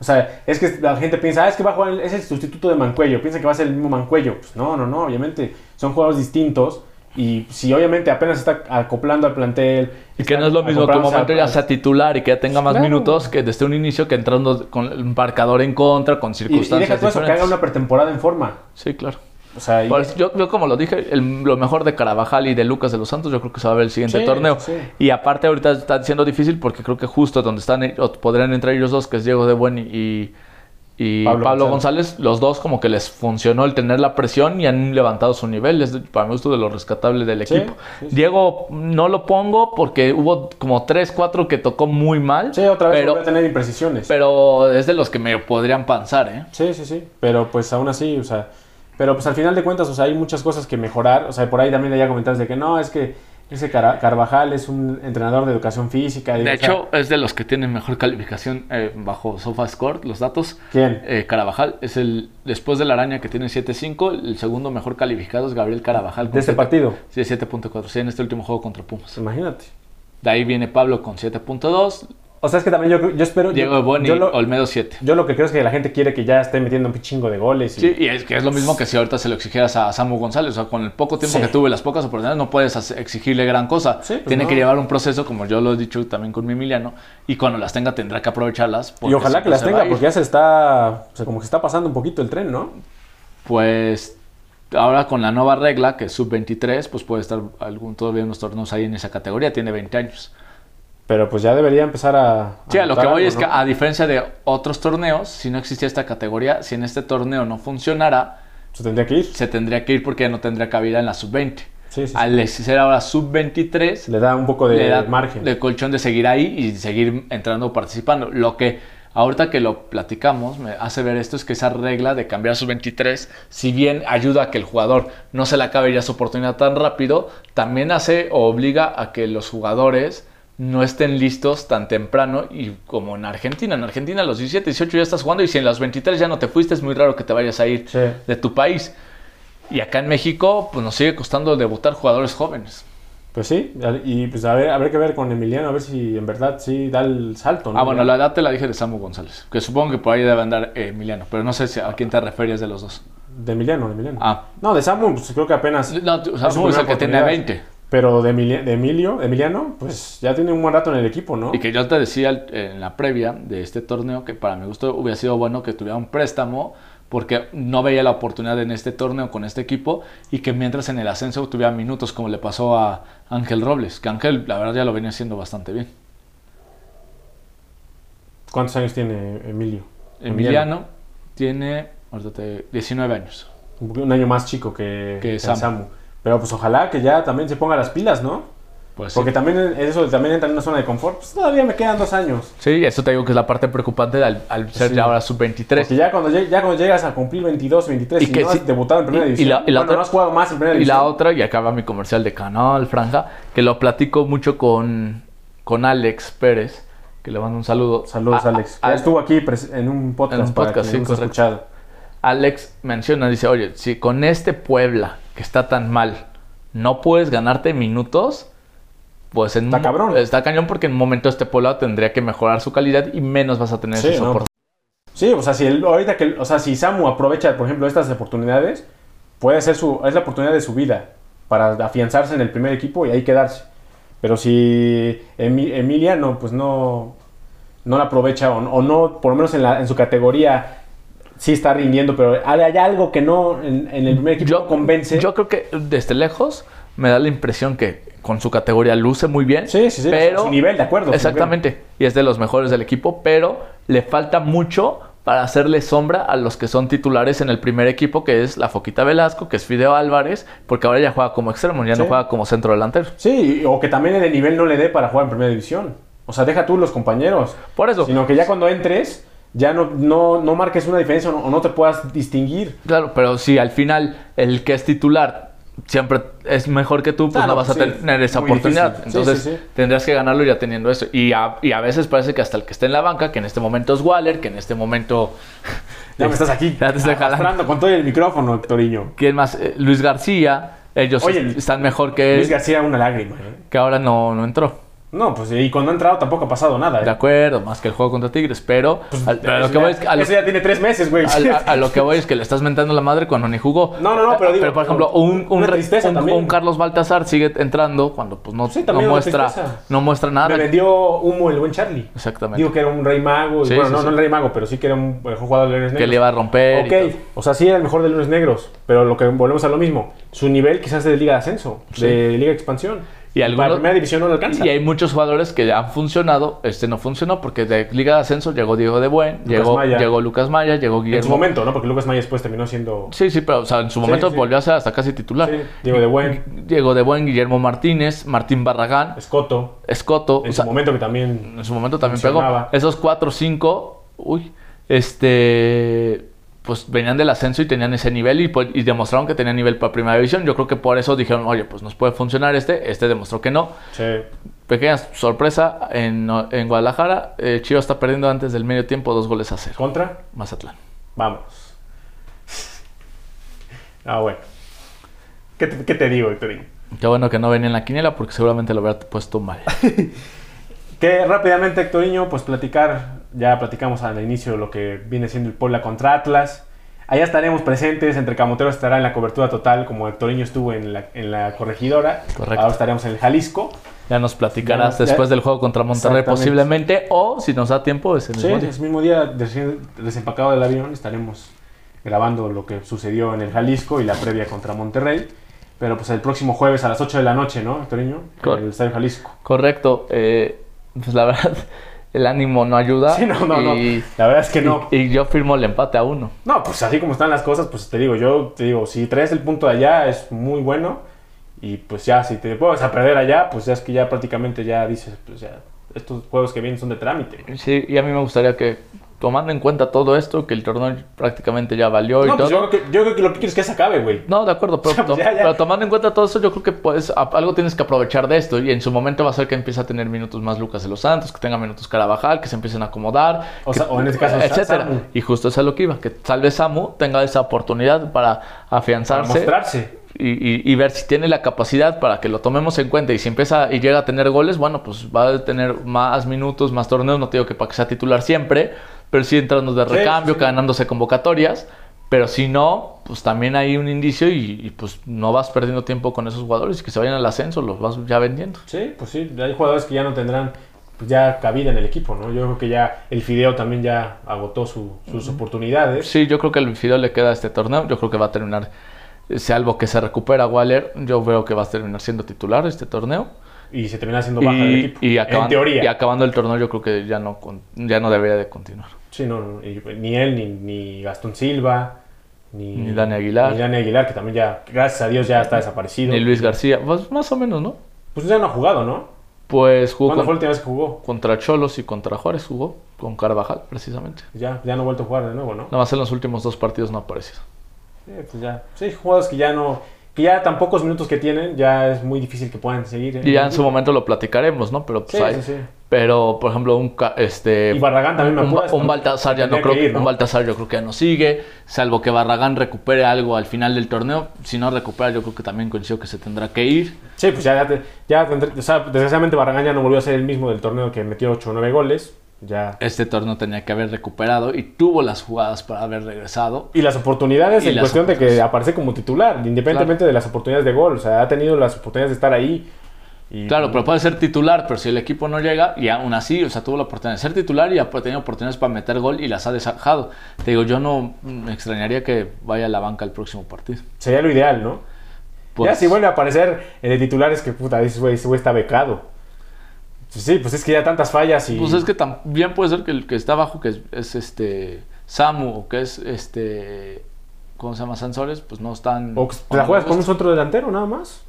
Speaker 1: O sea, es que la gente piensa, "Ah, es que va a jugar, el- es el sustituto de Mancuello, piensa que va a ser el mismo Mancuello. Pues no, no, no, obviamente son jugadores distintos. Y si obviamente apenas está acoplando al plantel.
Speaker 2: Y que
Speaker 1: está
Speaker 2: no es lo mismo que un
Speaker 1: acoplándose
Speaker 2: momento
Speaker 1: a-
Speaker 2: ya sea titular y que ya tenga más
Speaker 1: Claro.
Speaker 2: minutos que desde un inicio que entrando con el marcador en contra, con
Speaker 1: Y, y
Speaker 2: circunstancias
Speaker 1: deja todo eso, que haga
Speaker 2: diferentes.
Speaker 1: una pretemporada en forma.
Speaker 2: Sí, claro.
Speaker 1: O sea, y-
Speaker 2: Por eso, yo, yo como lo dije, el- lo mejor de Carabajal y de Lucas de los Santos, yo creo que se va a ver el siguiente
Speaker 1: Sí,
Speaker 2: torneo.
Speaker 1: sí, sí.
Speaker 2: Y aparte ahorita está siendo difícil porque creo que justo donde están e- o podrían entrar ellos dos, que es Diego de Buen y, y
Speaker 1: Pablo
Speaker 2: Pablo, González. los dos como que les funcionó el tener la presión y han levantado su nivel. Es de- para mi gusto de lo rescatable del
Speaker 1: Sí,
Speaker 2: equipo.
Speaker 1: sí, sí.
Speaker 2: Diego no lo pongo porque hubo como 3, 4 que tocó muy mal.
Speaker 1: sí, otra vez
Speaker 2: pero,
Speaker 1: voy a tener imprecisiones.
Speaker 2: pero es de los que me podrían pensar, ¿eh?
Speaker 1: Sí, sí, sí. Pero pues aún así, o sea. Pero pues al final de cuentas, o sea, hay muchas cosas que mejorar. O sea, por ahí también leía comentarios de que no, es que ese Cara- Carvajal es un entrenador de educación física. Digo,
Speaker 2: De
Speaker 1: o sea,
Speaker 2: hecho, es de los que tienen mejor calificación eh, bajo SofaScore, los datos.
Speaker 1: ¿quién?
Speaker 2: Eh, Carabajal es el, después de la araña que tiene 7.5, el segundo mejor calificado es Gabriel Carabajal.
Speaker 1: de este
Speaker 2: siete-
Speaker 1: partido. Pues,
Speaker 2: Sí, 7.4, sí, en este último juego contra Pumas.
Speaker 1: Imagínate.
Speaker 2: De ahí viene Pablo con 7.2,
Speaker 1: O sea, es que también yo, yo espero.
Speaker 2: Diego
Speaker 1: yo,
Speaker 2: de Buen y
Speaker 1: yo lo,
Speaker 2: Olmedo 7.
Speaker 1: yo lo que creo es que la gente quiere que ya esté metiendo un pichingo de goles. Y,
Speaker 2: Sí, y es que es lo mismo que si ahorita se lo exigieras a Samu González. O sea, con el poco tiempo
Speaker 1: Sí.
Speaker 2: que tuve, las pocas oportunidades, no puedes hace- exigirle gran cosa.
Speaker 1: Sí, pues
Speaker 2: Tiene
Speaker 1: no.
Speaker 2: que llevar un proceso, como yo lo he dicho también con mi Emiliano, y cuando las tenga tendrá que aprovecharlas.
Speaker 1: y
Speaker 2: porque si
Speaker 1: ojalá
Speaker 2: no
Speaker 1: que las
Speaker 2: se va a
Speaker 1: tenga,
Speaker 2: ir.
Speaker 1: porque ya se le está. O sea, como que está pasando un poquito el tren, ¿no?
Speaker 2: Pues ahora con la nueva regla, que es sub-23, pues puede estar algún, todavía unos torneos ahí en esa categoría, tiene 20 años.
Speaker 1: Pero pues ya debería empezar a. a
Speaker 2: Sí, a lo
Speaker 1: notar
Speaker 2: que voy
Speaker 1: algo,
Speaker 2: es que
Speaker 1: ¿no?
Speaker 2: a diferencia de otros torneos, si no existía esta categoría, si en este torneo no funcionara,
Speaker 1: Se tendría que ir.
Speaker 2: se tendría que ir porque ya no tendría cabida en la sub-20.
Speaker 1: Sí, sí, sí.
Speaker 2: Al ser ahora sub-23,
Speaker 1: Le da un poco de
Speaker 2: le da
Speaker 1: margen.
Speaker 2: de colchón de seguir ahí y seguir entrando participando. Lo que Ahorita que lo platicamos, me hace ver esto es que esa regla de cambiar sus 23, si bien ayuda a que el jugador no se le acabe ya su oportunidad tan rápido, también hace o obliga a que los jugadores no estén listos tan temprano y como en Argentina. En Argentina a los 17, 18 ya estás jugando y si en los 23 ya no te fuiste, es muy raro que te vayas a ir
Speaker 1: Sí.
Speaker 2: de tu país. Y acá en México, pues nos sigue costando debutar jugadores jóvenes.
Speaker 1: Pues sí, y pues a ver, habrá que ver con Emiliano, a ver si en verdad sí da el salto, ¿no?
Speaker 2: Ah, bueno, la edad te la dije de Samu González, que supongo que por ahí debe andar eh, Emiliano, pero no sé si a quién te referías de los dos.
Speaker 1: De Emiliano, de Emiliano.
Speaker 2: Ah.
Speaker 1: No, de Samu, pues creo que apenas.
Speaker 2: No, tú-
Speaker 1: es
Speaker 2: Samu
Speaker 1: su
Speaker 2: es el
Speaker 1: primera
Speaker 2: que tiene
Speaker 1: oportunidad.
Speaker 2: 20.
Speaker 1: Pero de, Emili- de Emilio, de Emiliano, pues ya tiene un buen rato en el equipo, ¿no?
Speaker 2: Y que yo te decía el- en la previa de este torneo que para mi gusto hubiera sido bueno que tuviera un préstamo porque no veía la oportunidad en este torneo con este equipo y que mientras en el ascenso tuviera minutos como le pasó a Ángel Robles, que Ángel la verdad ya lo venía haciendo bastante bien.
Speaker 1: ¿Cuántos años tiene Emilio?
Speaker 2: Emiliano tiene ahorita te- 19 años.
Speaker 1: Un un año más chico que,
Speaker 2: Que
Speaker 1: que
Speaker 2: Samu.
Speaker 1: Samu. Pero pues ojalá que ya también se ponga las pilas, ¿no?
Speaker 2: Pues sí.
Speaker 1: Porque también en- eso también entra en una zona de confort. Pues todavía me quedan dos años.
Speaker 2: Sí, eso te digo que es la parte preocupante de al, al ser
Speaker 1: Sí.
Speaker 2: ya ahora sub-23.
Speaker 1: Porque ya cuando, lleg- ya cuando llegas a cumplir 22, 23
Speaker 2: Y
Speaker 1: y,
Speaker 2: que
Speaker 1: no
Speaker 2: sí-
Speaker 1: has debutado en primera
Speaker 2: y- y
Speaker 1: división,
Speaker 2: la- y la
Speaker 1: bueno,
Speaker 2: otra-
Speaker 1: no has jugado más en primera
Speaker 2: Y
Speaker 1: división.
Speaker 2: la otra, y acaba mi comercial de Canal Franja, que lo platico mucho con, con Alex Pérez, que le mando un saludo.
Speaker 1: Saludos,
Speaker 2: A-
Speaker 1: Alex.
Speaker 2: a-
Speaker 1: Ya estuvo aquí pres- en un podcast,
Speaker 2: Ah, En un
Speaker 1: para
Speaker 2: podcast,
Speaker 1: que
Speaker 2: sí,
Speaker 1: nos haya
Speaker 2: correcto.
Speaker 1: escuchado.
Speaker 2: Alex menciona, dice, oye, si con este Puebla, que está tan mal, no puedes ganarte minutos, pues en
Speaker 1: Está
Speaker 2: un-
Speaker 1: cabrón.
Speaker 2: Está cañón porque en un momento este Puebla tendría que mejorar su calidad y menos vas a tener
Speaker 1: Sí,
Speaker 2: ese
Speaker 1: no,
Speaker 2: soporte.
Speaker 1: Sí, o sea, si el- ahorita que, el- o sea, si Samu aprovecha, por ejemplo, estas oportunidades, puede ser su, es la oportunidad de su vida para afianzarse en el primer equipo y ahí quedarse. Pero si Emi- Emilia no, pues no, no la aprovecha o, no- o no, por lo menos en, la, en su categoría sí está rindiendo, pero hay, hay algo que no en, en el primer equipo no convence.
Speaker 2: yo creo que desde lejos me da la impresión que con su categoría luce muy bien.
Speaker 1: sí, sí, sí,
Speaker 2: pero
Speaker 1: su nivel, de acuerdo. su
Speaker 2: Exactamente, y es de los mejores del equipo, pero le falta mucho para hacerle sombra a los que son titulares en el primer equipo, que es la Foquita Velasco, que es Fideo Álvarez, porque ahora ya juega como extremo, ya no
Speaker 1: Sí.
Speaker 2: juega como centro delantero.
Speaker 1: Sí, y- o que también el nivel no le dé para jugar en primera división. O sea, deja tú los compañeros.
Speaker 2: Por eso.
Speaker 1: Sino que ya cuando entres, ya no, no, no marques una diferencia o no, o no te puedas distinguir.
Speaker 2: Claro, pero si al final el que es titular siempre es mejor que tú, pues
Speaker 1: Ah,
Speaker 2: no
Speaker 1: no,
Speaker 2: vas a
Speaker 1: sí,
Speaker 2: tener esa
Speaker 1: muy
Speaker 2: oportunidad.
Speaker 1: difícil. Sí,
Speaker 2: Entonces
Speaker 1: sí, sí.
Speaker 2: tendrás que ganarlo ya teniendo eso. Y a, y a veces parece que hasta el que está en la banca, que en este momento es Waller, que en este momento...
Speaker 1: Ya me estás aquí
Speaker 2: Ya te estoy jalando.
Speaker 1: arrastrando con todo el micrófono, Hectoriño.
Speaker 2: ¿Quién más? Eh, Luis García. Ellos
Speaker 1: Oye,
Speaker 2: est- están mejor que él,
Speaker 1: Luis García, una lágrima. ¿eh?
Speaker 2: que ahora no, no entró.
Speaker 1: No, pues y cuando ha entrado tampoco ha pasado nada. ¿eh?
Speaker 2: De acuerdo, más que el juego contra Tigres, pero al- a, lo
Speaker 1: Eso
Speaker 2: que
Speaker 1: ya-
Speaker 2: voy es que, a lo-
Speaker 1: Eso Pues, ya tiene tres meses, güey.
Speaker 2: a- a- a lo que voy es que le estás mentando la madre cuando ni jugó.
Speaker 1: No, no, no, pero digo-
Speaker 2: por ejemplo, un, un,
Speaker 1: una
Speaker 2: re-
Speaker 1: tristeza
Speaker 2: un-
Speaker 1: también.
Speaker 2: un Carlos Baltasar sigue entrando cuando pues no,
Speaker 1: Sí,
Speaker 2: no
Speaker 1: también una
Speaker 2: muestra,
Speaker 1: tristeza.
Speaker 2: no muestra
Speaker 1: Me
Speaker 2: nada.
Speaker 1: vendió humo el buen Charlie.
Speaker 2: Exactamente.
Speaker 1: Digo que era un rey mago. y
Speaker 2: Sí,
Speaker 1: bueno,
Speaker 2: sí,
Speaker 1: no,
Speaker 2: sí.
Speaker 1: no el rey mago, pero sí que era un mejor jugador de Leones
Speaker 2: Que le iba a romper. y
Speaker 1: Ok,
Speaker 2: todo.
Speaker 1: o sea, sí era el mejor de Lunes Negros, pero lo que volvemos a lo mismo, su nivel quizás de Liga de Ascenso, de Liga de Expansión.
Speaker 2: Y algunos-
Speaker 1: para la primera división no le alcanza.
Speaker 2: Y hay muchos jugadores que han funcionado. Este no funcionó porque de Liga de Ascenso llegó Diego de Buen, llegó,
Speaker 1: Maya.
Speaker 2: llegó Lucas Maya, llegó
Speaker 1: en su
Speaker 2: Guillermo.
Speaker 1: momento, ¿no? Porque Lucas Maya después terminó siendo
Speaker 2: Sí, sí, pero o sea, en su momento
Speaker 1: sí.
Speaker 2: volvió a ser hasta casi titular.
Speaker 1: sí, Diego de Buen,
Speaker 2: Diego de Buen, Guillermo Martínez, Martín Barragán,
Speaker 1: Escoto,
Speaker 2: Escoto.
Speaker 1: en
Speaker 2: o sea,
Speaker 1: su momento que también...
Speaker 2: en su momento también pegó.
Speaker 1: Funcionaba.
Speaker 2: Esos 4 5, uy, este, pues venían del ascenso y tenían ese nivel y, pues, y demostraron que tenían nivel para primera división. Yo creo que por eso dijeron, oye, pues nos puede funcionar este. Este demostró que no.
Speaker 1: che,
Speaker 2: Pequeña sorpresa en, en Guadalajara. eh, Chivas está perdiendo antes del medio tiempo dos goles a cero.
Speaker 1: ¿Contra?
Speaker 2: Mazatlán.
Speaker 1: Vamos. Ah, bueno. ¿Qué te, qué te digo, Victorín?
Speaker 2: Qué bueno que no venía en la quiniela porque seguramente lo hubiera puesto mal.
Speaker 1: Que rápidamente, Hectoriño, pues platicar, ya platicamos al inicio lo que viene siendo el Puebla contra Atlas. Allá estaremos presentes, entre Camoteros estará en la cobertura total, como Hectoriño estuvo en la, en la corregidora.
Speaker 2: Correcto.
Speaker 1: Ahora estaremos en el Jalisco.
Speaker 2: Ya nos platicarás
Speaker 1: Ya nos- ya-
Speaker 2: después del juego contra Monterrey
Speaker 1: Exactamente.
Speaker 2: posiblemente o si nos da tiempo es en el
Speaker 1: Sí,
Speaker 2: mismo día.
Speaker 1: el mismo día, recién desempacado del avión, estaremos grabando lo que sucedió en el Jalisco y la previa contra Monterrey. Pero pues el próximo jueves a las 8 de la noche, ¿no, Hectoriño?
Speaker 2: Cor-
Speaker 1: En el Estadio Jalisco.
Speaker 2: Correcto. eh, pues la verdad, el ánimo no ayuda.
Speaker 1: Sí, no, no,
Speaker 2: Ah, y,
Speaker 1: no. La verdad es que no.
Speaker 2: y- y yo firmo el empate a uno.
Speaker 1: No, pues así como están las cosas, pues te digo, yo te digo, si traes el punto de allá es muy bueno y pues ya, si te puedes a perder allá, pues ya es que ya prácticamente ya dices, pues ya, estos juegos que vienen son de trámite.
Speaker 2: Sí, y a mí me gustaría que tomando en cuenta todo esto, que el torneo prácticamente ya valió y
Speaker 1: No, pues
Speaker 2: todo.
Speaker 1: yo, creo que, yo creo que lo que quieres es que se acabe, güey.
Speaker 2: No, de acuerdo, pero,
Speaker 1: O sea, pues, ya, ya.
Speaker 2: pero tomando en cuenta todo eso, yo creo que pues, a- algo tienes que aprovechar de esto. Y en su momento va a ser que empiece a tener minutos más Lucas de los Santos, que tenga minutos Carabajal, que se empiecen a acomodar.
Speaker 1: O
Speaker 2: que-
Speaker 1: sea, o en este caso, Sa-
Speaker 2: etcétera.
Speaker 1: Samu.
Speaker 2: Y justo eso es a lo que iba, que tal vez Samu tenga esa oportunidad para
Speaker 1: Para
Speaker 2: afianzarse
Speaker 1: mostrarse.
Speaker 2: y, y- y ver si tiene la capacidad para que lo tomemos en cuenta. Y si empieza y llega a tener goles, bueno, pues va a tener más minutos, más torneos. No te digo que para que sea titular siempre, pero sí entrando de
Speaker 1: Sí,
Speaker 2: recambio,
Speaker 1: sí.
Speaker 2: ganándose convocatorias. Pero si no, pues también hay un indicio y, y, pues no vas perdiendo tiempo con esos jugadores y que se vayan al ascenso, los vas ya vendiendo.
Speaker 1: Sí, pues sí, hay jugadores que ya no tendrán pues, ya cabida en el equipo, ¿no? Yo creo que ya el Fideo también ya agotó su- sus oportunidades.
Speaker 2: Sí, yo creo que el Fideo le queda a este torneo. Yo creo que va a terminar, eh, salvo que se recupera Waller, yo veo que va a terminar siendo titular este torneo.
Speaker 1: Y se termina haciendo baja del equipo.
Speaker 2: y
Speaker 1: en
Speaker 2: acabando,
Speaker 1: teoría.
Speaker 2: y acabando el torneo, yo creo que ya no, con- ya no debería de continuar.
Speaker 1: Sí, no, no, y- ni él, ni, ni Gastón Silva, ni,
Speaker 2: Ni Dani Aguilar.
Speaker 1: ni Dani Aguilar, que también ya, gracias a Dios, ya está desaparecido.
Speaker 2: Ni Luis García, pues más o menos, ¿no?
Speaker 1: Pues ya no ha jugado, ¿no?
Speaker 2: Pues jugó
Speaker 1: ¿Cuándo
Speaker 2: con-
Speaker 1: fue la última vez que jugó?
Speaker 2: contra Cholos y contra Juárez, jugó con Carvajal, precisamente.
Speaker 1: Ya, ya no ha vuelto a jugar de nuevo, ¿no?
Speaker 2: Nada más en los últimos dos partidos no ha aparecido.
Speaker 1: Eh, pues ya. Sí, hay jugadores que ya no. Que ya tan pocos minutos que tienen, ya es muy difícil que puedan seguir. ¿eh?
Speaker 2: Y ya en su momento lo platicaremos, ¿no? Pero pues
Speaker 1: Sí,
Speaker 2: hay-
Speaker 1: sí, sí.
Speaker 2: Pero, por ejemplo, un ca- este
Speaker 1: Y Barragán también me
Speaker 2: un,
Speaker 1: apuras,
Speaker 2: Ba- un
Speaker 1: ¿no?
Speaker 2: Baltasar ya no
Speaker 1: Tendría
Speaker 2: creo
Speaker 1: que ir, ¿no?
Speaker 2: un Baltasar yo creo que ya no sigue, salvo que Barragán recupere algo al final del torneo, si no recupera yo creo que también coincido que se tendrá que ir.
Speaker 1: Sí, pues ya, ya, te- ya tendré- o sea, desgraciadamente Barragán ya no volvió a ser el mismo del torneo que metió 8 o 9 goles. Ya.
Speaker 2: Este torneo tenía que haber recuperado y tuvo las jugadas para haber regresado.
Speaker 1: Y las oportunidades
Speaker 2: Y
Speaker 1: en
Speaker 2: las
Speaker 1: cuestión de que
Speaker 2: oportunidades.
Speaker 1: aparece como titular, independientemente de las oportunidades de gol. O sea, ha tenido las oportunidades de estar ahí. Y,
Speaker 2: Claro, pero puede ser titular, pero si el equipo no llega, y aún así, o sea, tuvo la oportunidad de ser titular y ha tenido oportunidades para meter gol y las ha desajado. Te digo, yo no mm, me extrañaría que vaya a la banca el próximo partido.
Speaker 1: Sería lo ideal, ¿no?
Speaker 2: pues
Speaker 1: ya si vuelve a aparecer el de titulares que puta, dices, güey, ese güey está becado. Pues sí, pues es que ya tantas fallas y.
Speaker 2: Pues es que también puede ser que el que está abajo, que es, es, este Samu o que es este. ¿Cómo se llama? Sansores, pues no están.
Speaker 1: O que la juegas con un otro delantero, nada más.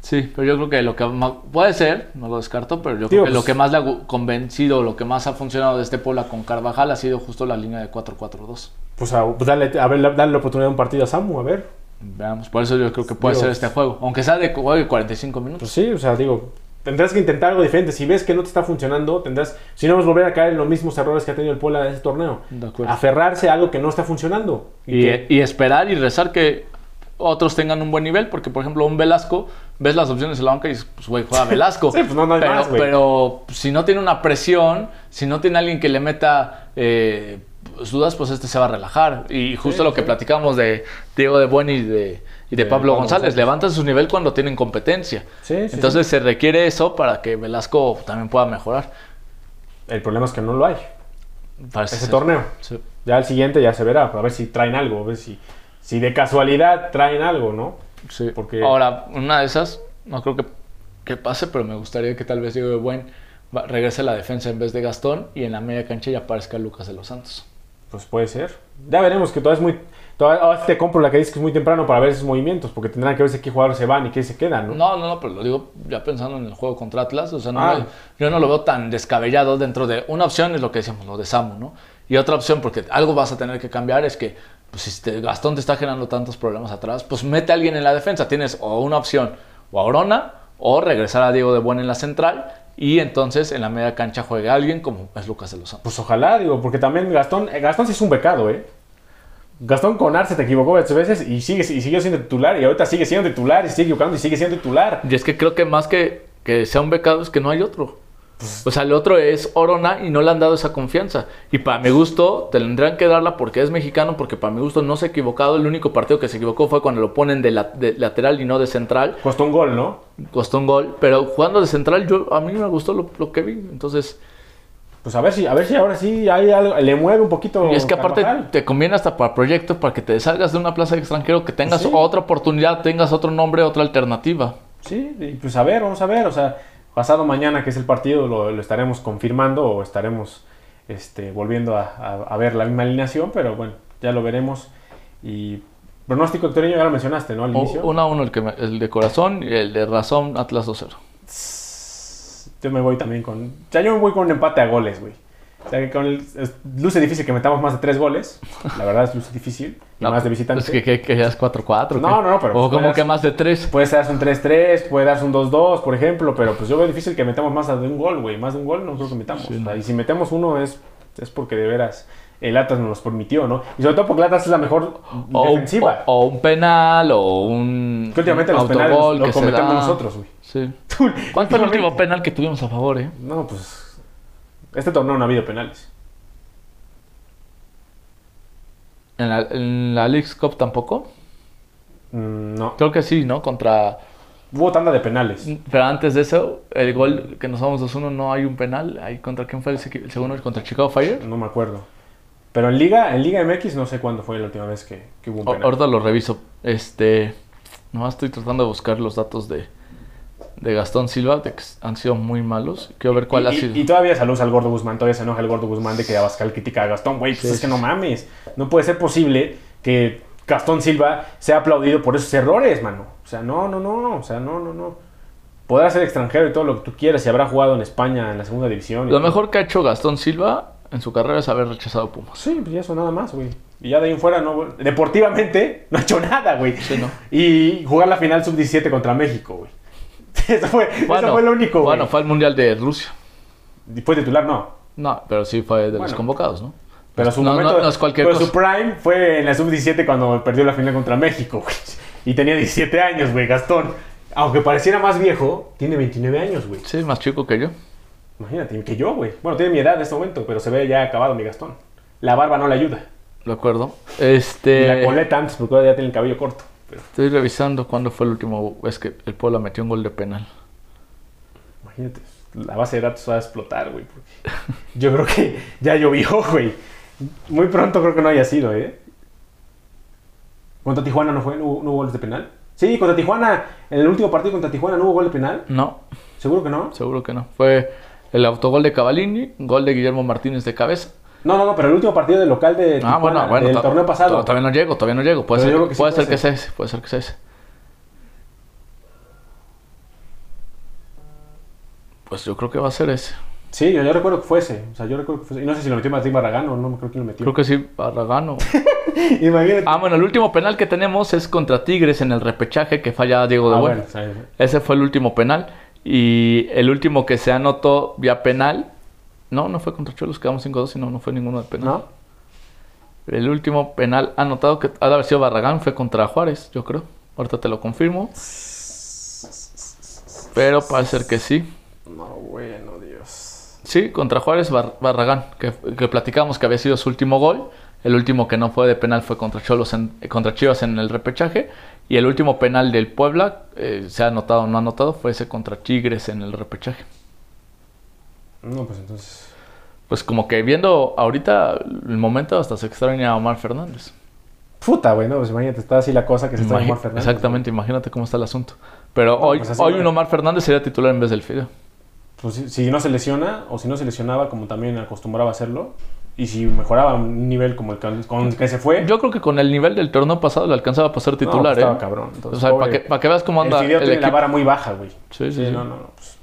Speaker 2: Sí, pero yo creo que lo que más. Puede ser, no lo descarto, pero
Speaker 1: Digo,
Speaker 2: yo creo que lo
Speaker 1: pues-
Speaker 2: que más le ha gu- convencido, lo que más ha funcionado de este Puebla con Carvajal ha sido justo la línea de 4-4-2.
Speaker 1: Pues, a, pues dale, a ver, dale la oportunidad de un partido a Samu, a ver.
Speaker 2: Veamos, por eso yo creo que puede
Speaker 1: Digo,
Speaker 2: ser este juego. Aunque sea de juego de 45 minutos.
Speaker 1: Pues sí, o sea, digo, tendrás que intentar algo diferente. Si ves que no te está funcionando, tendrás, si no, vas a volver a caer en los mismos errores que ha tenido el Puebla en ese torneo.
Speaker 2: De acuerdo.
Speaker 1: Aferrarse a algo que no está funcionando.
Speaker 2: Y, eh,
Speaker 1: que-
Speaker 2: y esperar y rezar que otros tengan un buen nivel, porque por ejemplo, un Velasco, ves las opciones de la banca y dices, pues güey, juega Velasco.
Speaker 1: Sí, pues, no, no hay
Speaker 2: pero,
Speaker 1: más, güey.
Speaker 2: pero si no tiene una presión, si no tiene alguien que le meta eh, pues, dudas, pues este se va a relajar. Y justo lo que platicamos de Diego de Buen y de, y de
Speaker 1: De
Speaker 2: Pablo
Speaker 1: Pablo
Speaker 2: González,
Speaker 1: González.
Speaker 2: levantan su nivel cuando tienen competencia.
Speaker 1: Sí, sí, sí.
Speaker 2: Entonces se requiere eso para que Velasco también pueda mejorar.
Speaker 1: El problema es que no lo hay.
Speaker 2: Parece
Speaker 1: Ese
Speaker 2: ser.
Speaker 1: torneo.
Speaker 2: Sí.
Speaker 1: Ya el siguiente ya se verá. A ver si traen algo. A ver si, si de casualidad traen algo, ¿no?
Speaker 2: Sí.
Speaker 1: Porque-
Speaker 2: Ahora, una de esas, no creo que, que pase, pero me gustaría que tal vez Diego de Buen va- regrese a la defensa en vez de Gastón y en la media cancha ya aparezca Lucas de los Santos.
Speaker 1: Pues puede ser. Ya veremos que todavía es muy. Todavía, ahora sí te compro la que dices que es muy temprano para ver esos movimientos. Porque tendrán que verse qué jugadores se van y qué se quedan, ¿no?
Speaker 2: No, no, no, pero lo digo ya pensando en el juego contra Atlas. O sea, no
Speaker 1: Ah.
Speaker 2: me- yo no lo veo tan descabellado dentro de. Una opción es lo que decíamos, lo de Samu, ¿no? Y otra opción, porque algo vas a tener que cambiar, es que pues, si te- Gastón te está generando tantos problemas atrás, pues mete a alguien en la defensa. Tienes o una opción, o a Orona, o regresar a Diego de Buen en la central, y entonces en la media cancha juegue alguien como es Lucas de los Santos.
Speaker 1: Pues ojalá, digo, porque también Gastón, eh, Gastón sí es un becado, ¿eh? Gastón con Arce te equivocó varias veces y sigue, y siguió siendo titular y ahorita sigue siendo titular y sigue equivocando y sigue siendo titular.
Speaker 2: Y es que creo que más que, que sea un becado es que no hay otro.
Speaker 1: Pues
Speaker 2: O sea, el otro es Orona y no le han dado esa confianza. Y para mi gusto tendrán que darla porque es mexicano, porque para mi gusto no se ha equivocado. El único partido que se equivocó fue cuando lo ponen de, la- de lateral y no de central.
Speaker 1: Costó un gol, ¿no?
Speaker 2: Costó un gol. Pero jugando de central, yo a mí me gustó lo, lo que vi. Entonces,
Speaker 1: Pues a ver si, a ver si ahora sí hay algo- le mueve un poquito.
Speaker 2: y es que aparte
Speaker 1: Carvajal.
Speaker 2: te conviene hasta para proyectos, para que te salgas de una plaza de extranjero, que tengas
Speaker 1: Sí.
Speaker 2: otra oportunidad, tengas otro nombre, otra alternativa.
Speaker 1: Sí, y pues a ver, vamos a ver. O sea, pasado mañana que es el partido lo, lo estaremos confirmando o estaremos este, volviendo a, a- a ver la misma alineación, pero bueno, ya lo veremos. Y pronóstico, Hectorinho, ya lo mencionaste, ¿no? Al
Speaker 2: O-
Speaker 1: inicio.
Speaker 2: uno a uno, el, que me- el de corazón y el de razón, Atlas 2-0.
Speaker 1: Yo me voy también con. O sea, yo me voy con empate a goles, güey. O sea, que con el- es- luce difícil que metamos más de tres goles. La verdad es luce difícil. Y
Speaker 2: No,
Speaker 1: más de visitante.
Speaker 2: Pues que, que, que seas 4-4.
Speaker 1: No,
Speaker 2: ¿o qué?
Speaker 1: no, no, pero
Speaker 2: O
Speaker 1: pues
Speaker 2: como
Speaker 1: puedas-
Speaker 2: que más de 3.
Speaker 1: Puede darse un 3-3, puede darse un 2-2, por ejemplo, pero pues yo veo difícil que metamos más de un gol, güey. Más de un gol no creo que metamos.
Speaker 2: Sí,
Speaker 1: O sea,
Speaker 2: no.
Speaker 1: Y si metemos uno es, es porque de veras el Atlas nos los permitió, ¿no? Y sobre todo porque el Atlas es la mejor
Speaker 2: O, un-
Speaker 1: defensiva.
Speaker 2: o- o un penal o un.
Speaker 1: que últimamente los
Speaker 2: un
Speaker 1: penales
Speaker 2: autogol
Speaker 1: los- los
Speaker 2: que se
Speaker 1: cometemos
Speaker 2: da.
Speaker 1: nosotros, güey.
Speaker 2: Sí. ¿Cuál fue el último penal que tuvimos a favor, eh?
Speaker 1: No, pues. Este torneo no ha habido penales.
Speaker 2: ¿En la, en la Leagues Cup tampoco?
Speaker 1: Mm, no.
Speaker 2: Creo que sí, ¿no? Contra.
Speaker 1: Hubo tanda de penales.
Speaker 2: Pero antes de eso, el gol que nos vamos 2-1, no hay un penal. Ahí ¿Contra quién fue el, se- el segundo? ¿Contra Chicago Fire?
Speaker 1: No me acuerdo. Pero en Liga, en Liga MX no sé cuándo fue la última vez que, que hubo un
Speaker 2: O-
Speaker 1: penal.
Speaker 2: Ahorita lo reviso. Este. Nomás estoy tratando de buscar los datos de, de Gastón Silva, de que han sido muy malos. Quiero ver cuál
Speaker 1: y,
Speaker 2: ha
Speaker 1: y-
Speaker 2: sido.
Speaker 1: y todavía saludos al gordo Guzmán, todavía se enoja el gordo Guzmán de que Abascal critica a Gastón, güey, pues
Speaker 2: Sí,
Speaker 1: es que
Speaker 2: sí,
Speaker 1: no
Speaker 2: sí.
Speaker 1: mames. No puede ser posible que Gastón Silva sea aplaudido por esos errores, mano. O sea, no, no, no, o sea, no, no, no. Podrá ser extranjero y todo lo que tú quieras y habrá jugado en España, en la segunda división. y
Speaker 2: Lo
Speaker 1: todo.
Speaker 2: mejor que ha hecho Gastón Silva en su carrera es haber rechazado a Pumas.
Speaker 1: Sí, pues ya eso nada más, güey. Y ya de ahí en fuera, no, güey. deportivamente, no ha hecho nada, güey.
Speaker 2: Sí, ¿no?
Speaker 1: Y jugar la final sub-17 contra México, güey. Eso fue, eso fue lo único, güey.
Speaker 2: Bueno, fue al Mundial de Rusia.
Speaker 1: Y Fue titular, no.
Speaker 2: No, pero sí fue de los
Speaker 1: Bueno.
Speaker 2: convocados, ¿no?
Speaker 1: Pero su
Speaker 2: no,
Speaker 1: momento,
Speaker 2: no, no es cualquier
Speaker 1: pero
Speaker 2: cosa.
Speaker 1: su prime fue en la sub-17 cuando perdió la final contra México, güey. Y tenía 17 años, güey, Gastón. Aunque pareciera más viejo, tiene 29 años, güey.
Speaker 2: Sí, más chico que yo.
Speaker 1: Imagínate, que yo, güey. Bueno, tiene mi edad en este momento, pero se ve ya acabado mi Gastón. La barba no le ayuda.
Speaker 2: Lo acuerdo.
Speaker 1: Y la
Speaker 2: Este,
Speaker 1: coleta antes, porque ahora ya tiene el cabello corto. Pero
Speaker 2: estoy revisando cuándo fue el último vez que el Puebla metió un gol de penal.
Speaker 1: imagínate, la base de datos va a explotar, güey. porque Yo creo que ya llovió, güey. Muy pronto creo que no haya sido, ¿eh? ¿Contra Tijuana no fue? ¿No hubo, no hubo goles de penal? Sí, contra Tijuana. En el último partido contra Tijuana no hubo gol de penal.
Speaker 2: No,
Speaker 1: ¿Seguro que no?
Speaker 2: seguro que no. Fue el autogol de Cavalini, gol de Guillermo Martínez de cabeza.
Speaker 1: No, no, no, pero el último partido del local de Tijuana,
Speaker 2: ah, bueno, bueno.
Speaker 1: del
Speaker 2: to-
Speaker 1: torneo pasado.
Speaker 2: to- Todavía no llego, todavía no llego. Puede
Speaker 1: Pero yo creo
Speaker 2: ser,
Speaker 1: que
Speaker 2: que,
Speaker 1: sí puede
Speaker 2: puede ser que sea ese, puede ser que sea ese. Pues yo creo que va a ser ese.
Speaker 1: Sí, yo, yo recuerdo que fuese. O sea, yo recuerdo que fuese. Y no sé si lo metió Martín Barragán o no, me creo que lo metió.
Speaker 2: Creo que sí, Barragán o-
Speaker 1: Imagínate.
Speaker 2: Ah, bueno, el último penal que tenemos es contra Tigres en el repechaje que falla Diego de
Speaker 1: Ah,
Speaker 2: Bueno.
Speaker 1: bueno, o sea,
Speaker 2: Ese fue el último penal. Y el último que se anotó vía penal. No, no fue contra Cholos, quedamos 5-2, sino no fue ninguno de penal.
Speaker 1: ¿No?
Speaker 2: El último penal anotado que ha de haber sido Barragán fue contra Juárez, yo creo. Ahorita te lo confirmo. Pero parece ser que sí.
Speaker 1: No, bueno, Dios.
Speaker 2: Sí, contra Juárez Bar- Barragán, que, que platicamos que había sido su último gol. El último que no fue de penal fue contra, Cholos en- eh, contra Chivas en el repechaje. Y el último penal del Puebla, eh, se ha anotado o no ha anotado, fue ese contra Tigres en el repechaje.
Speaker 1: No, pues entonces.
Speaker 2: Pues como que viendo ahorita el momento hasta se extraña a Omar Fernández.
Speaker 1: Puta, güey, no, pues imagínate, está así la cosa que se está
Speaker 2: Imagi-
Speaker 1: Omar Fernández.
Speaker 2: Exactamente, imagínate cómo está el asunto. Pero
Speaker 1: No,
Speaker 2: hoy,
Speaker 1: pues así
Speaker 2: hoy
Speaker 1: no
Speaker 2: un
Speaker 1: es.
Speaker 2: Omar Fernández sería titular en vez del Fideo.
Speaker 1: Pues, si, si no se lesiona, o si no se lesionaba, como también acostumbraba a hacerlo, y si mejoraba a un nivel como el que, con el que se fue.
Speaker 2: Yo creo que con el nivel del torneo pasado le alcanzaba a ser
Speaker 1: no,
Speaker 2: titular,
Speaker 1: pues, estaba
Speaker 2: ¿eh?
Speaker 1: cabrón. Entonces,
Speaker 2: o sea, para
Speaker 1: pobre.
Speaker 2: que, pa' que veas cómo anda
Speaker 1: el
Speaker 2: el,
Speaker 1: video tiene la
Speaker 2: equipo.
Speaker 1: vara muy baja, güey.
Speaker 2: Sí, sí,
Speaker 1: Sí,
Speaker 2: sí.
Speaker 1: no, no, no, pues,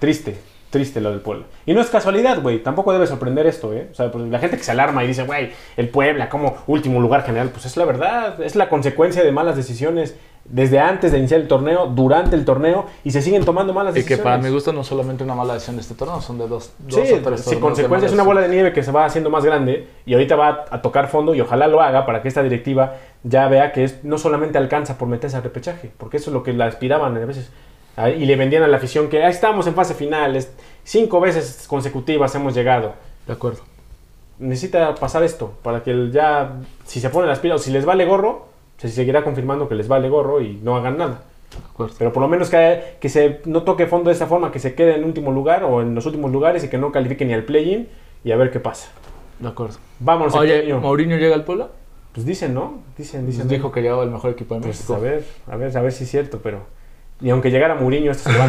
Speaker 1: Triste, triste lo del Puebla. Y no es casualidad, güey. Tampoco debe sorprender esto, ¿eh? O sea, pues, la gente que se alarma y dice, güey, el Puebla como último lugar general, pues es la verdad. Es la consecuencia de malas decisiones desde antes de iniciar el torneo, durante el torneo, y se siguen tomando malas
Speaker 2: Y que
Speaker 1: decisiones.
Speaker 2: para mi gusto no solamente una mala decisión de este torneo, son de dos, dos
Speaker 1: Sí,
Speaker 2: o tres
Speaker 1: si
Speaker 2: torneos
Speaker 1: consecuencia
Speaker 2: de
Speaker 1: es una
Speaker 2: malas
Speaker 1: bola de nieve que se va haciendo más grande y ahorita va a tocar fondo y ojalá lo haga para que esta directiva ya vea que es, no solamente alcanza por meterse al repechaje, porque eso es lo que la aspiraban a veces Ah, y le vendían a la afición que ahí estamos en fase final, es- cinco veces consecutivas hemos llegado.
Speaker 2: De acuerdo.
Speaker 1: Necesita pasar esto para que el ya, si se ponen las pilas o si les vale gorro, se seguirá confirmando que les vale gorro y no hagan nada.
Speaker 2: De acuerdo.
Speaker 1: Pero por lo menos que, que se no toque fondo de esa forma, que se quede en último lugar o en los últimos lugares y que no califique ni al play-in y a ver qué pasa.
Speaker 2: De acuerdo.
Speaker 1: Vámonos,
Speaker 2: Oye,
Speaker 1: Antonio.
Speaker 2: Mourinho llega al Puebla.
Speaker 1: Pues dicen, ¿no? Dicen, dicen.
Speaker 2: Dijo que llegaba el mejor equipo de
Speaker 1: Pues,
Speaker 2: México.
Speaker 1: a ver, a ver, a ver si es cierto, pero... Y aunque llegara Mourinho, esto se va.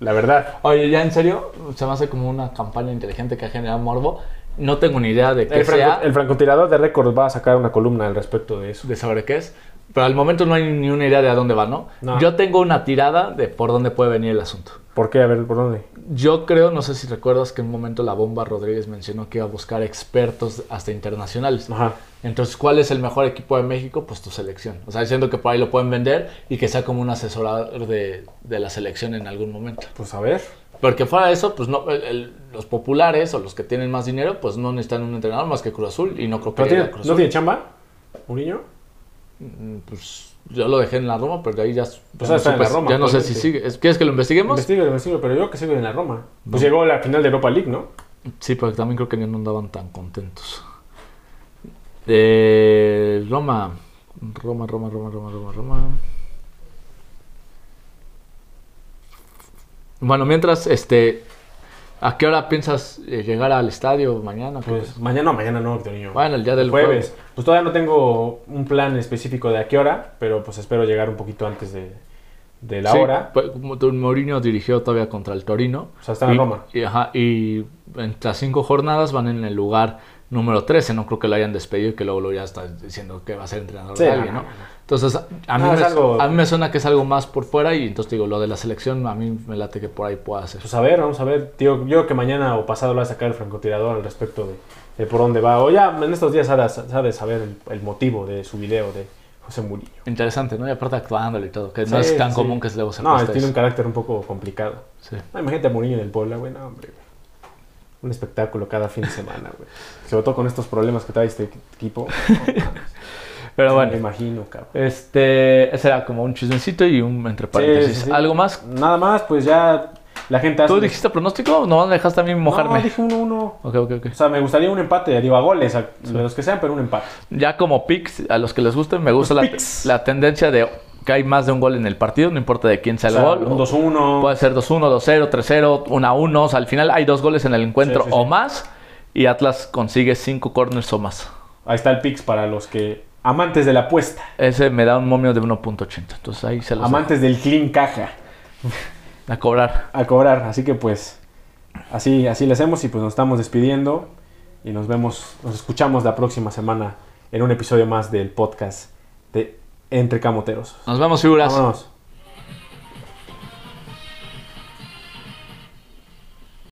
Speaker 1: la verdad.
Speaker 2: Oye, ya en serio, se me hace como una campaña inteligente que ha generado Morbo. No tengo ni idea de qué
Speaker 1: El, franco-
Speaker 2: sea,
Speaker 1: el francotirador de récords va a sacar una columna al respecto de eso.
Speaker 2: de saber qué es, pero al momento no hay ni una idea de a dónde va, ¿no?
Speaker 1: No.
Speaker 2: Yo tengo una tirada de por dónde puede venir el asunto.
Speaker 1: ¿Por qué? A ver, ¿por dónde?
Speaker 2: Yo creo, no sé si recuerdas que en un momento la bomba Rodríguez mencionó que iba a buscar expertos hasta internacionales.
Speaker 1: Ajá.
Speaker 2: Entonces, ¿cuál es el mejor equipo de México? Pues tu selección. O sea, diciendo que por ahí lo pueden vender y que sea como un asesorador de, de la selección en algún momento.
Speaker 1: Pues a ver.
Speaker 2: Porque fuera de eso, pues no, el- el- los populares o los que tienen más dinero, pues no necesitan un entrenador más que Cruz Azul y no creo que
Speaker 1: ¿No
Speaker 2: llegue a
Speaker 1: tiene,
Speaker 2: Cruz
Speaker 1: ¿no
Speaker 2: Azul.
Speaker 1: tiene chamba? ¿Muriño?
Speaker 2: Mm, Pues yo lo dejé en la Roma, pero de ahí ya, ya
Speaker 1: sea, está en
Speaker 2: supe-
Speaker 1: la Roma,
Speaker 2: ya no sé si
Speaker 1: actualmente.
Speaker 2: sigue. Es- ¿Quieres que lo investiguemos?
Speaker 1: Investígalo, investígalo, pero yo creo que sigue en la Roma. Pues llegó a la final de Europa League, ¿no?
Speaker 2: Sí, pero también creo que no andaban tan contentos. Eh, Roma. Roma, Roma, Roma, Roma, Roma, Roma. Bueno, mientras, este. ¿A qué hora piensas eh, llegar al estadio mañana? ¿Qué
Speaker 1: Pues mañana, no, mañana no, Victorino.
Speaker 2: te- bueno, el día del
Speaker 1: jueves.
Speaker 2: juego.
Speaker 1: Pues todavía no tengo un plan específico de a qué hora, pero pues espero llegar un poquito antes de, de la
Speaker 2: Sí,
Speaker 1: hora.
Speaker 2: pues, como tu- Mourinho dirigió todavía contra el Torino.
Speaker 1: O sea, está en
Speaker 2: Y-
Speaker 1: Roma.
Speaker 2: Y, ajá, y en las cinco jornadas van en el lugar número 13. No creo que lo hayan despedido y que luego lo ya está diciendo que va a ser entrenador
Speaker 1: Sí,
Speaker 2: de
Speaker 1: no,
Speaker 2: alguien,
Speaker 1: no,
Speaker 2: ¿no?
Speaker 1: no.
Speaker 2: Entonces, a mí,
Speaker 1: No, es
Speaker 2: me,
Speaker 1: algo-
Speaker 2: a mí me suena que es algo más por fuera y entonces digo, lo de la selección a mí me late que por ahí pueda ser.
Speaker 1: Pues a ver, vamos a ver. Tío, yo creo que mañana o pasado lo va a sacar el francotirador al respecto de, de por dónde va. O ya en estos días ha de, ha de saber el, el motivo de su video de José Murillo.
Speaker 2: Interesante, ¿no? Y aparte actuándolo y todo, que no
Speaker 1: Sí,
Speaker 2: es tan
Speaker 1: sí.
Speaker 2: común que luego se
Speaker 1: No,
Speaker 2: preste
Speaker 1: tiene
Speaker 2: eso.
Speaker 1: un carácter un poco complicado.
Speaker 2: Sí.
Speaker 1: No, imagínate a Mourinho en el Puebla, güey. No, hombre, güey. Un espectáculo cada fin de semana, güey. Sobre todo con estos problemas que trae este equipo.
Speaker 2: Pero
Speaker 1: Ah, Me
Speaker 2: bueno,
Speaker 1: imagino, cabrón.
Speaker 2: este, ese era como un chismecito y un entre paréntesis.
Speaker 1: sí, sí.
Speaker 2: ¿Algo más?
Speaker 1: Nada más, pues ya la gente hace...
Speaker 2: ¿Tú dijiste pronóstico o no dejaste a mí mojarme?
Speaker 1: No, dije 1-1.
Speaker 2: Ok, ok, ok.
Speaker 1: O sea, me gustaría un empate, digo, a goles, a de los que sean, pero un empate.
Speaker 2: Ya como picks, a los que les gusten, me gusta la,
Speaker 1: picks.
Speaker 2: la tendencia de que hay más de un gol en el partido, no importa de quién
Speaker 1: O
Speaker 2: sea el
Speaker 1: sea,
Speaker 2: gol. Pues.
Speaker 1: un 2-1.
Speaker 2: Puede ser 2-1, 2-0, 3-0, 1-1. O sea, al final hay dos goles en el encuentro
Speaker 1: Sí, sí, sí.
Speaker 2: o más y Atlas consigue cinco corners o más.
Speaker 1: Ahí está el pix para los que... Amantes de la apuesta.
Speaker 2: Ese me da un momio de 1.80. Entonces ahí se los
Speaker 1: Amantes del clean caja.
Speaker 2: dejo a cobrar.
Speaker 1: A cobrar. Así que pues... Así, así le hacemos y pues nos estamos despidiendo. Y nos vemos, nos escuchamos la próxima semana en un episodio más del podcast de Entre Camoteros.
Speaker 2: Nos vemos, figuras.
Speaker 1: Vámonos.